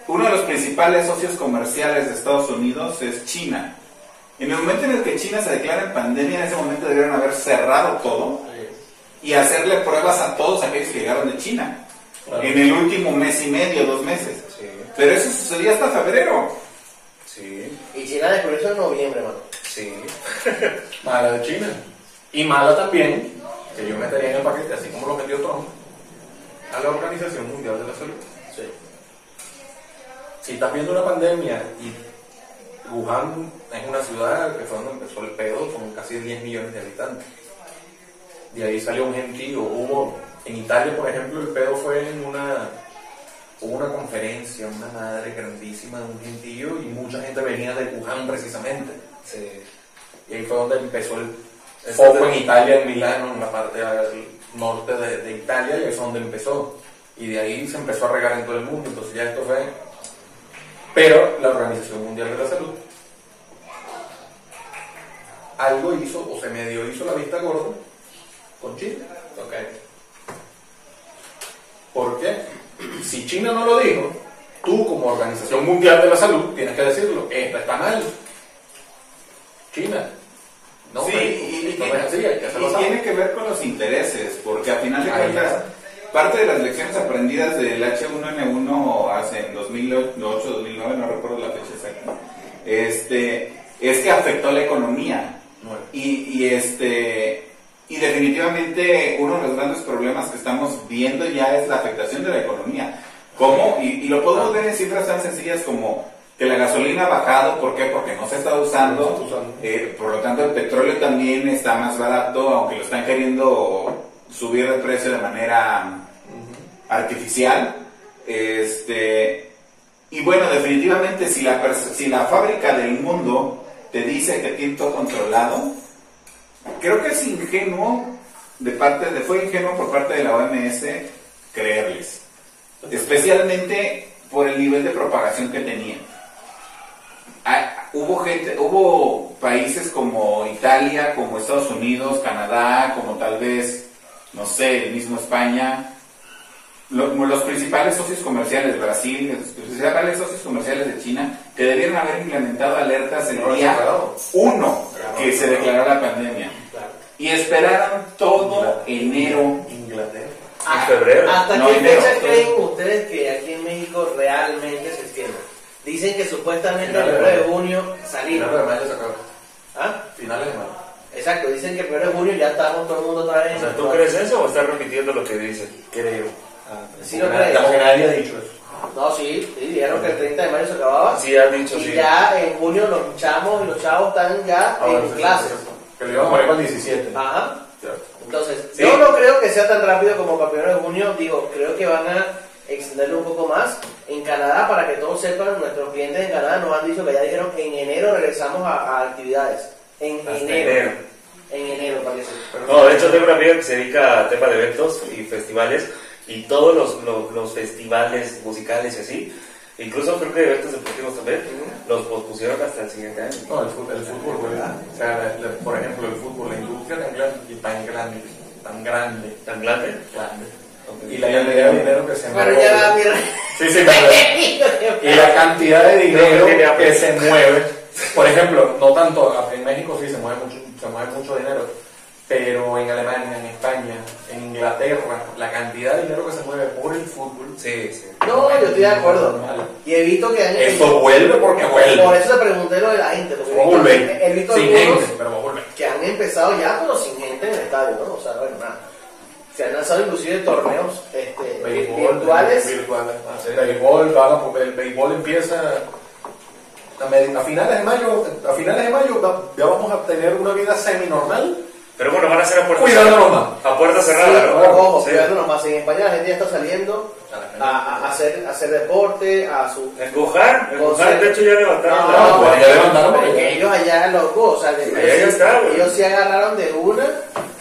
Speaker 4: uno de los principales socios comerciales de Estados Unidos es China. En el momento en el que China se declara en pandemia, en ese momento debieron haber cerrado todo y hacerle pruebas a todos aquellos que llegaron de China.
Speaker 3: Claro.
Speaker 4: En el último mes y medio, dos meses.
Speaker 1: Sí,
Speaker 4: Pero eso sucedió hasta febrero.
Speaker 1: sí,
Speaker 2: Y China descubrió eso en noviembre, mano.
Speaker 1: sí.
Speaker 3: Mala de China. Y mala también, que yo metería en el paquete, así como lo metió Trump, a la Organización Mundial de la Salud. Si estás viendo una pandemia y Wuhan es una ciudad que fue donde empezó el pedo con casi 10 millones de habitantes. De ahí salió un gentío. Hubo, en Italia, por ejemplo, el pedo fue en una. Hubo una conferencia, una madre grandísima de un gentío y mucha gente venía de Wuhan precisamente.
Speaker 1: sí.
Speaker 3: Y ahí fue donde empezó el
Speaker 1: Este
Speaker 3: foco
Speaker 1: tema.
Speaker 3: en Italia, en Milano, en la parte al norte de, de Italia, y ahí fue donde empezó. Y de ahí se empezó a regar en todo el mundo, entonces ya esto fue... Pero la Organización Mundial de la Salud algo hizo, o se medio hizo la vista gorda con China. ¿Por qué? Si China no lo dijo, tú como Organización Mundial de la Salud tienes que decirlo, esto está mal. China. No,
Speaker 4: sí,
Speaker 3: pero-
Speaker 4: y, y-
Speaker 3: no es así, hay que hacerlo
Speaker 4: y
Speaker 3: asado.
Speaker 4: tiene que ver con los intereses, porque a final de
Speaker 3: Ahí
Speaker 4: cuentas,
Speaker 3: está.
Speaker 4: parte de las lecciones aprendidas del H1N1 hace en 2008, 2009, no recuerdo la fecha exacta, este, es que afectó la economía. Y, y, este, y definitivamente uno de los grandes problemas que estamos viendo ya es la afectación de la economía. ¿Cómo? Y, y lo
Speaker 3: Ah.
Speaker 4: podemos ver en cifras tan sencillas como que la gasolina ha bajado, ¿por qué? Porque no se está usando,
Speaker 3: No se está usando.
Speaker 4: eh, por lo tanto el petróleo también está más barato, aunque lo están queriendo subir de precio de manera mm, artificial. Este, y bueno, definitivamente si la, pers- si la fábrica del mundo te dice que tiene todo controlado, creo que es ingenuo de parte de, fue ingenuo por parte de la OMS creerles. Especialmente por el nivel de propagación que tenía. Ah, hubo gente, hubo países como Italia, como Estados Unidos, Canadá, como tal vez, no sé, el mismo España, lo- como los principales socios comerciales, Brasil, los principales socios comerciales de China, que debieron haber implementado alertas el
Speaker 3: No lo han
Speaker 4: día
Speaker 3: declarado.
Speaker 4: uno
Speaker 3: Claro,
Speaker 4: que se
Speaker 3: claro.
Speaker 4: declaró la pandemia.
Speaker 3: Claro.
Speaker 4: Y esperaron todo enero.
Speaker 3: Inglaterra.
Speaker 1: En febrero.
Speaker 2: ¿Hasta
Speaker 4: No,
Speaker 2: qué
Speaker 4: enero,
Speaker 2: fecha
Speaker 4: todo.
Speaker 2: creen ustedes que aquí en México realmente se extienda? Dicen que supuestamente el
Speaker 3: Finales de
Speaker 2: 1 de
Speaker 3: mayo.
Speaker 2: junio salimos.
Speaker 3: Finales de mayo se acaba.
Speaker 2: ¿Ah?
Speaker 3: Finales de mayo.
Speaker 2: Exacto, dicen que el 1 de junio ya estamos todo el mundo otra vez.
Speaker 1: O
Speaker 2: en
Speaker 1: sea,
Speaker 2: el
Speaker 1: ¿tú crees eso o estás repitiendo lo que dicen?
Speaker 3: Creo. Ah,
Speaker 2: Sí, no creo.
Speaker 3: Como que nadie ha dicho eso.
Speaker 2: No, sí, sí, dijeron que el 30 de mayo se acababa.
Speaker 1: Sí, han dicho
Speaker 2: y
Speaker 1: sí.
Speaker 2: ya en junio los chamos y los chavos están ya
Speaker 3: Ah, bueno,
Speaker 2: en
Speaker 3: sí,
Speaker 2: clases. Ah.
Speaker 3: sí, sí. Que le iban a poner para el 17.
Speaker 2: Ajá.
Speaker 3: Cierto.
Speaker 2: Entonces,
Speaker 1: Sí.
Speaker 2: yo no creo que sea tan rápido como para el primero de junio. Digo, creo que van a extenderlo un poco más. En Canadá, para que todos sepan, nuestros clientes en Canadá nos han dicho que ya dijeron que en enero regresamos a, a actividades. En
Speaker 1: Hasta
Speaker 2: enero.
Speaker 1: enero.
Speaker 2: En enero, parece.
Speaker 3: Pero
Speaker 1: No, de hecho tengo una amiga que se dedica a tema de eventos y festivales y todos los, los- los festivales musicales y así, incluso creo que eventos deportivos también, los pospusieron hasta el siguiente año.
Speaker 3: No, el fútbol, el fútbol güey. O sea, la- la- por ejemplo, el fútbol, la industria tan grande, tan grande, tan grande,
Speaker 1: ¿Tan grande?
Speaker 3: grande. Y la cantidad de dinero que se
Speaker 2: Bueno,
Speaker 3: mueve.
Speaker 2: ya, mira.
Speaker 3: Sí, sí, claro. Y la cantidad de dinero que se mueve. Por ejemplo, no tanto, en México sí se mueve mucho, se mueve mucho dinero, pero en Alemania, en España, en Inglaterra, la cantidad de dinero que se mueve por el fútbol.
Speaker 1: Sí, sí.
Speaker 2: <laughs> No, yo estoy de acuerdo.
Speaker 3: Normal.
Speaker 2: Y evito que hayan-
Speaker 3: Eso vuelve porque
Speaker 2: Por
Speaker 3: vuelve.
Speaker 2: eso te pregunté lo de la gente. Porque
Speaker 3: Va a volver.
Speaker 2: He visto
Speaker 3: Sin
Speaker 2: algunos
Speaker 3: gente, pero va a volver.
Speaker 2: que han empezado ya, pero sin gente en el estadio, ¿no? O sea, bueno, nada. Se han lanzado inclusive torneos este, virtuales.
Speaker 3: virtuales, ah, sí, béisbol, va la- el béisbol empieza a, med- a finales de mayo, a finales de mayo va- ya vamos a tener una vida semi-normal,
Speaker 1: Pero bueno, van a ser a puerta
Speaker 3: cuidándonos
Speaker 1: cerrada.
Speaker 3: más.
Speaker 1: A puerta cerrada,
Speaker 2: Claro,
Speaker 1: ¿no?
Speaker 2: ojo,
Speaker 1: Sí.
Speaker 2: cuidándonos más. En España la gente ya está saliendo a, a- a hacer, a hacer deporte, a su...
Speaker 1: Empujar, empujar, de hecho ya levantaron.
Speaker 3: Eh, No,
Speaker 1: la-
Speaker 3: no, pues, ya levantaron,
Speaker 2: porque
Speaker 3: porque-
Speaker 2: ellos allá locos, o sea,
Speaker 1: Sí,
Speaker 2: ellos,
Speaker 1: ya está, güey.
Speaker 2: ellos se agarraron de una,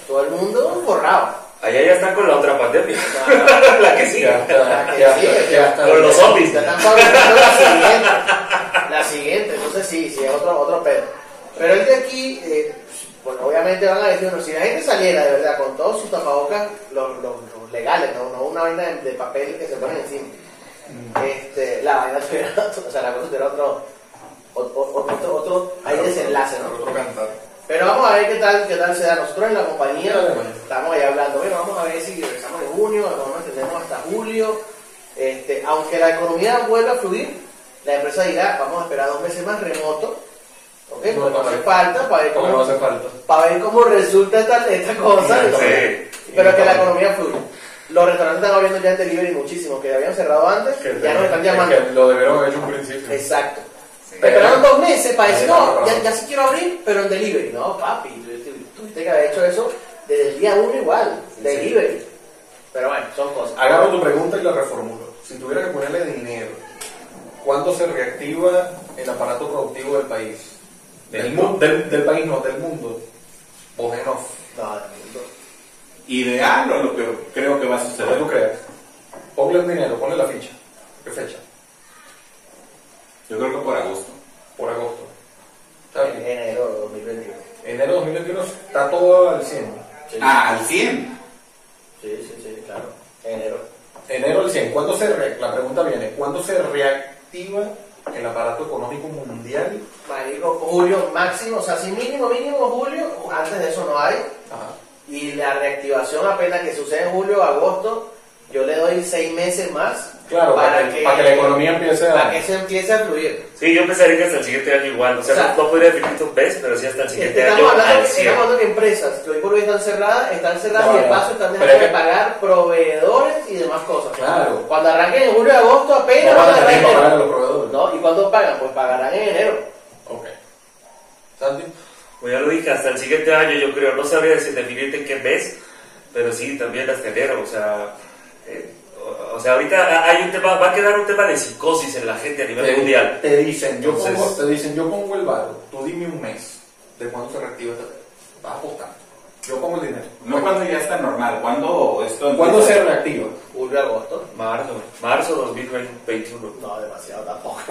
Speaker 2: todo el mundo borrado.
Speaker 1: Allá ya están con la otra pandemia. <laughs>
Speaker 2: Ah.
Speaker 1: la que sigue.
Speaker 3: Ya, ya, Ah, ya, ya, ya está.
Speaker 1: Con los zombies.
Speaker 2: Ya están fabricando la siguiente. La siguiente, entonces sí, sí, es otro, otro pedo. Pero el de aquí, eh, bueno, obviamente van a decir, bueno, si la gente saliera de verdad con todos sus tapabocas, los, los, los legales, ¿no? no una vaina de, de papel que se ponen encima,
Speaker 3: Mm.
Speaker 2: este, la vaina tuviera, otro- <laughs> o sea, la cosa tuviera otro, otro, otro, otro, hay desenlace, ¿no?
Speaker 3: Otro cantar.
Speaker 2: Pero vamos a ver qué tal, qué tal se da. Nosotros en la compañía
Speaker 3: Dale, bueno.
Speaker 2: estamos ahí hablando, bueno, vamos a ver si regresamos en junio, nos vamos a extendernos hasta julio. Este, aunque la economía vuelva a fluir, la empresa dirá, vamos a esperar dos meses más remoto, ¿ok?
Speaker 3: No,
Speaker 2: Porque no
Speaker 3: para
Speaker 2: hace
Speaker 3: ver.
Speaker 2: falta para ver
Speaker 3: Porque no
Speaker 2: cómo,
Speaker 3: hace falta.
Speaker 2: para ver cómo resulta esta, esta cosa.
Speaker 3: Sí.
Speaker 2: ¿no? Pero que la economía fluya. Los restaurantes están abriendo ya en delivery muchísimo, que habían cerrado antes, ya nos están llamando.
Speaker 3: Es que lo debieron haber hecho en principio.
Speaker 2: Exacto.
Speaker 3: Pero-
Speaker 2: Esperaron dos meses para decir,
Speaker 3: Ahí va,
Speaker 2: no,
Speaker 3: va.
Speaker 2: ya, ya sí quiero abrir, pero en delivery. No, papi, tú- tú- tuviste que haber hecho eso desde el día uno igual, delivery. Pero bueno, son cosas.
Speaker 3: Agarro tu pregunta y la reformulo. Si tuviera que ponerle dinero, ¿cuándo se reactiva el aparato productivo del país? Del, mu- del, del país, no, del mundo. Bogenov.
Speaker 2: No, del mundo.
Speaker 4: Ideal o lo que creo que va a
Speaker 3: ¿Qué tú
Speaker 4: suceder.
Speaker 3: creas? Ponle el dinero, ponle la ficha. ¿Qué fecha?
Speaker 4: Yo creo que por agosto.
Speaker 3: Por agosto. ¿Está
Speaker 2: En
Speaker 3: bien?
Speaker 2: enero de 2021.
Speaker 3: Enero de 2021 está todo al 100.
Speaker 2: Sí.
Speaker 4: Ah, al 100.
Speaker 2: Sí, sí, sí, claro. Enero.
Speaker 3: Enero del 100. ¿Cuándo se re- la pregunta viene, ¿cuándo se reactiva el aparato económico mundial?
Speaker 2: Marico, julio máximo, o sea, si mínimo, mínimo julio, antes de eso no hay.
Speaker 3: Ajá.
Speaker 2: Y la reactivación apenas que sucede en julio, agosto, yo le doy seis meses más
Speaker 3: Claro, para que- para que la economía empiece a-
Speaker 2: para que se empiece a fluir.
Speaker 1: Sí, yo pensaría que hasta el siguiente año igual. O sea,
Speaker 2: O sea,
Speaker 1: no, no podría definir tu pez, pero sí hasta el
Speaker 3: Este
Speaker 1: siguiente año
Speaker 2: Estamos hablando,
Speaker 1: al
Speaker 2: que,
Speaker 1: 100.
Speaker 2: estamos hablando que empresas que hoy por hoy están cerradas, están cerradas
Speaker 3: No,
Speaker 2: y el
Speaker 3: no,
Speaker 2: paso están
Speaker 3: pero
Speaker 2: dejando de
Speaker 3: es que-
Speaker 2: pagar proveedores y demás cosas.
Speaker 3: Claro.
Speaker 2: Cuando arranquen en julio y agosto apenas
Speaker 3: No van a
Speaker 2: agarrar
Speaker 3: tener que
Speaker 2: dinero.
Speaker 3: pagar a los proveedores.
Speaker 2: ¿No? ¿Y cuándo pagan? Pues pagarán en enero.
Speaker 3: Ok. Santi.
Speaker 1: Como Pues ya lo dije, hasta el siguiente año yo creo. No sabría decir definirte en qué mes, pero sí, también hasta enero. O sea, eh, o, o sea ahorita hay un tema, va a quedar un tema de psicosis en la gente a nivel
Speaker 3: Te-
Speaker 1: mundial.
Speaker 3: Te dicen, yo
Speaker 1: Entonces-
Speaker 3: pongo, te dicen, yo pongo el barro, tú dime un mes de cuándo se reactiva esta Vas apostando. Yo pongo el dinero.
Speaker 4: No cuando ya está normal, cuando esto
Speaker 3: ¿Cuándo
Speaker 4: empieza-
Speaker 3: se reactiva?
Speaker 2: Julio y agosto.
Speaker 1: Marzo, marzo 2021.
Speaker 2: No, demasiado tampoco. <laughs>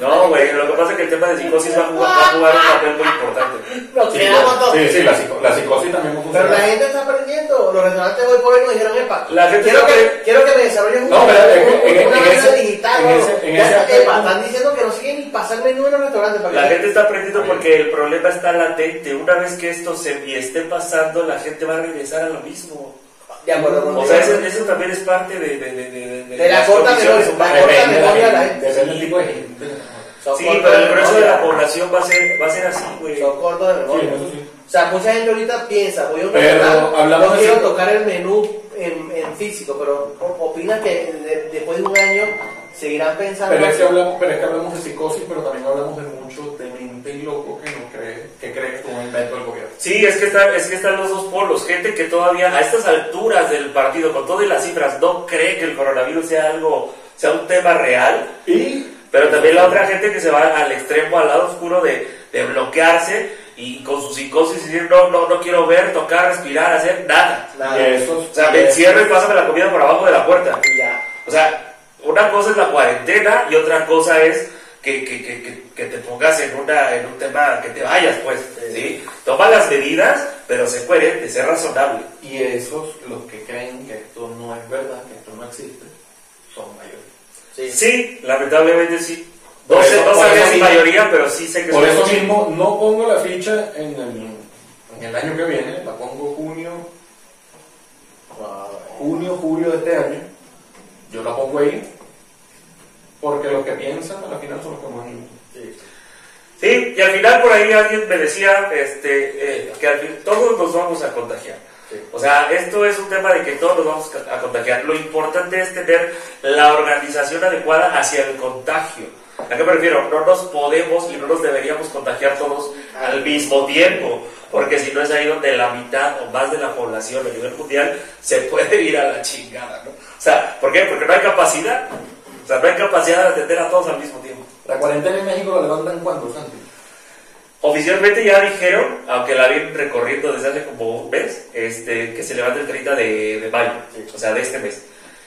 Speaker 1: No, güey, lo que pasa es que el tema de psicosis va a jugar, va a jugar un papel muy importante.
Speaker 2: Nos quedamos todos.
Speaker 3: Sí, sí, la, psico- la psicosis también va a
Speaker 2: Pero la
Speaker 3: funcionar.
Speaker 2: gente está aprendiendo. Los restaurantes hoy por hoy nos dijeron, epa,
Speaker 1: La gente
Speaker 2: quiero,
Speaker 1: está
Speaker 2: que,
Speaker 1: aprendiendo.
Speaker 2: quiero que me desarrollen un-
Speaker 3: No, pero es que en- en-
Speaker 2: una
Speaker 3: en
Speaker 2: mesa
Speaker 3: ese-
Speaker 2: digital.
Speaker 3: en
Speaker 2: bro.
Speaker 3: ese- en
Speaker 2: Ya
Speaker 3: ese
Speaker 2: está,
Speaker 3: aspecto-
Speaker 2: epa, están diciendo que no siguen ni pasar menú en los restaurantes. para que-
Speaker 1: La gente está aprendiendo porque el problema está latente. Una vez que esto se y esté pasando, la gente va a regresar a lo mismo.
Speaker 2: De acuerdo con
Speaker 1: O sea, eso, eso también es parte de, de, de, de,
Speaker 2: De la
Speaker 1: las
Speaker 2: corta
Speaker 1: condiciones
Speaker 2: memoria,
Speaker 1: humanas.
Speaker 2: la corta
Speaker 3: Depende de la
Speaker 2: memoria de la
Speaker 3: gente,
Speaker 2: gente.
Speaker 3: depende del tipo de gente. Sí,
Speaker 2: Son
Speaker 1: Sí,
Speaker 2: cortos
Speaker 1: pero el grueso de la
Speaker 2: memoria.
Speaker 1: población va a ser, va a ser así, güey.
Speaker 2: Son cortos de memoria.
Speaker 3: eso sí.
Speaker 2: O sea, mucha gente ahorita piensa, voy a un
Speaker 3: Pero
Speaker 2: restaurante,
Speaker 3: hablamos
Speaker 2: no
Speaker 3: de
Speaker 2: quiero
Speaker 3: ese-
Speaker 2: tocar el menú en, en físico, pero o- opinas que de- después de un año seguirán pensando.
Speaker 3: Pero es, que hablamos, pero es que hablamos de psicosis, pero también hablamos de mucho de mente loco que no cree, que cree que esto es un invento del gobierno.
Speaker 1: Sí, es que, están, es que están los dos polos. Gente que todavía, a estas alturas del partido, con todas las cifras, no cree que el coronavirus sea algo, sea un tema real.
Speaker 3: Y
Speaker 1: Pero también la otra gente que se va al extremo, al lado oscuro de, de bloquearse y con su psicosis decir, no, no, no quiero ver, tocar, respirar, hacer nada.
Speaker 2: Nada.
Speaker 3: y esos-
Speaker 1: O sea, me encierro y pásame la comida por abajo de la puerta.
Speaker 2: Y ya.
Speaker 1: O sea, una cosa es la cuarentena y otra cosa es que, que- que- que- que te pongas en, una, en un tema, que te vayas, pues. ¿sí? Toma las medidas, pero sé coherente, sé razonable.
Speaker 3: Y esos, los que creen que esto no es verdad, que esto no existe, son mayores.
Speaker 2: Sí.
Speaker 1: Sí, lamentablemente sí. No
Speaker 3: Por
Speaker 1: sé,
Speaker 3: eso-
Speaker 1: no
Speaker 3: por
Speaker 1: sabía
Speaker 3: eso
Speaker 1: si
Speaker 3: mismo-
Speaker 1: mayoría, pero sí sé que
Speaker 3: Por
Speaker 1: son
Speaker 3: eso
Speaker 1: muchos.
Speaker 3: mismo, no pongo la ficha en el, en el año que viene, la pongo junio, ah, junio, julio de este año. Yo la pongo ahí, porque los que piensan a la final son los que más
Speaker 1: Sí, y al final por ahí alguien me decía este, eh, que al fin todos nos vamos a contagiar.
Speaker 3: Sí.
Speaker 1: O sea, esto es un tema de que todos nos vamos a contagiar. Lo importante es tener la organización adecuada hacia el contagio. ¿A qué me refiero? No nos podemos y no nos deberíamos contagiar todos al mismo tiempo, porque si no es ahí donde la mitad o más de la población a nivel mundial se puede ir a la chingada, ¿no? O sea, ¿por qué? Porque no hay capacidad. O sea, no hay capacidad de atender a todos al mismo tiempo.
Speaker 3: La cuarentena en México la levantan cuando, Santi.
Speaker 1: Oficialmente ya dijeron, aunque la vienen recorriendo desde hace como un mes, este, que se levanta el 30 de, de mayo, o sea, de este mes.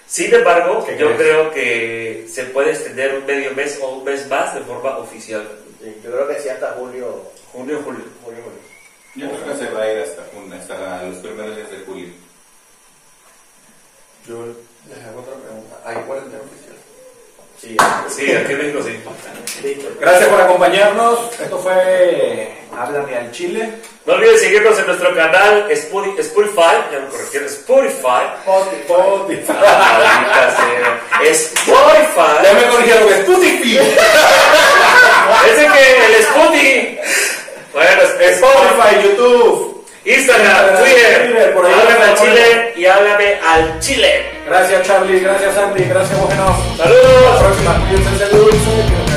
Speaker 1: Sin embargo,
Speaker 3: ¿Qué
Speaker 1: yo
Speaker 3: crees?
Speaker 1: creo que se puede extender un medio mes o un mes más de forma oficial.
Speaker 2: Sí, Yo creo que sí hasta julio.
Speaker 1: Junio, julio.
Speaker 2: julio, julio.
Speaker 4: Yo creo que se va a ir hasta, junio, hasta los primeros días de julio.
Speaker 3: Yo les hago otra pregunta. ¿Hay cuarentena oficial?
Speaker 2: Sí,
Speaker 1: Sí, aquí en México sí.
Speaker 2: listo.
Speaker 3: Gracias por acompañarnos. Esto fue Háblame al Chile.
Speaker 1: No olviden seguirnos en nuestro canal Spotify, Spotify ya me corrigieron, Spotify.
Speaker 3: Spotify. <laughs>
Speaker 1: Maldita sea. Spotify.
Speaker 3: Ya me corrigieron, Spotify.
Speaker 1: Ese que el Spotify. Bueno, Spotify.
Speaker 3: Spotify, YouTube.
Speaker 1: Instagram, Twitter,
Speaker 3: por ahí
Speaker 1: háblame al
Speaker 3: lo
Speaker 1: Chile y háblame al Chile.
Speaker 3: Gracias Charlie, gracias Sandy, gracias Bogenos. Hasta la
Speaker 1: Saludos.
Speaker 3: próxima. Cuídense, saludos.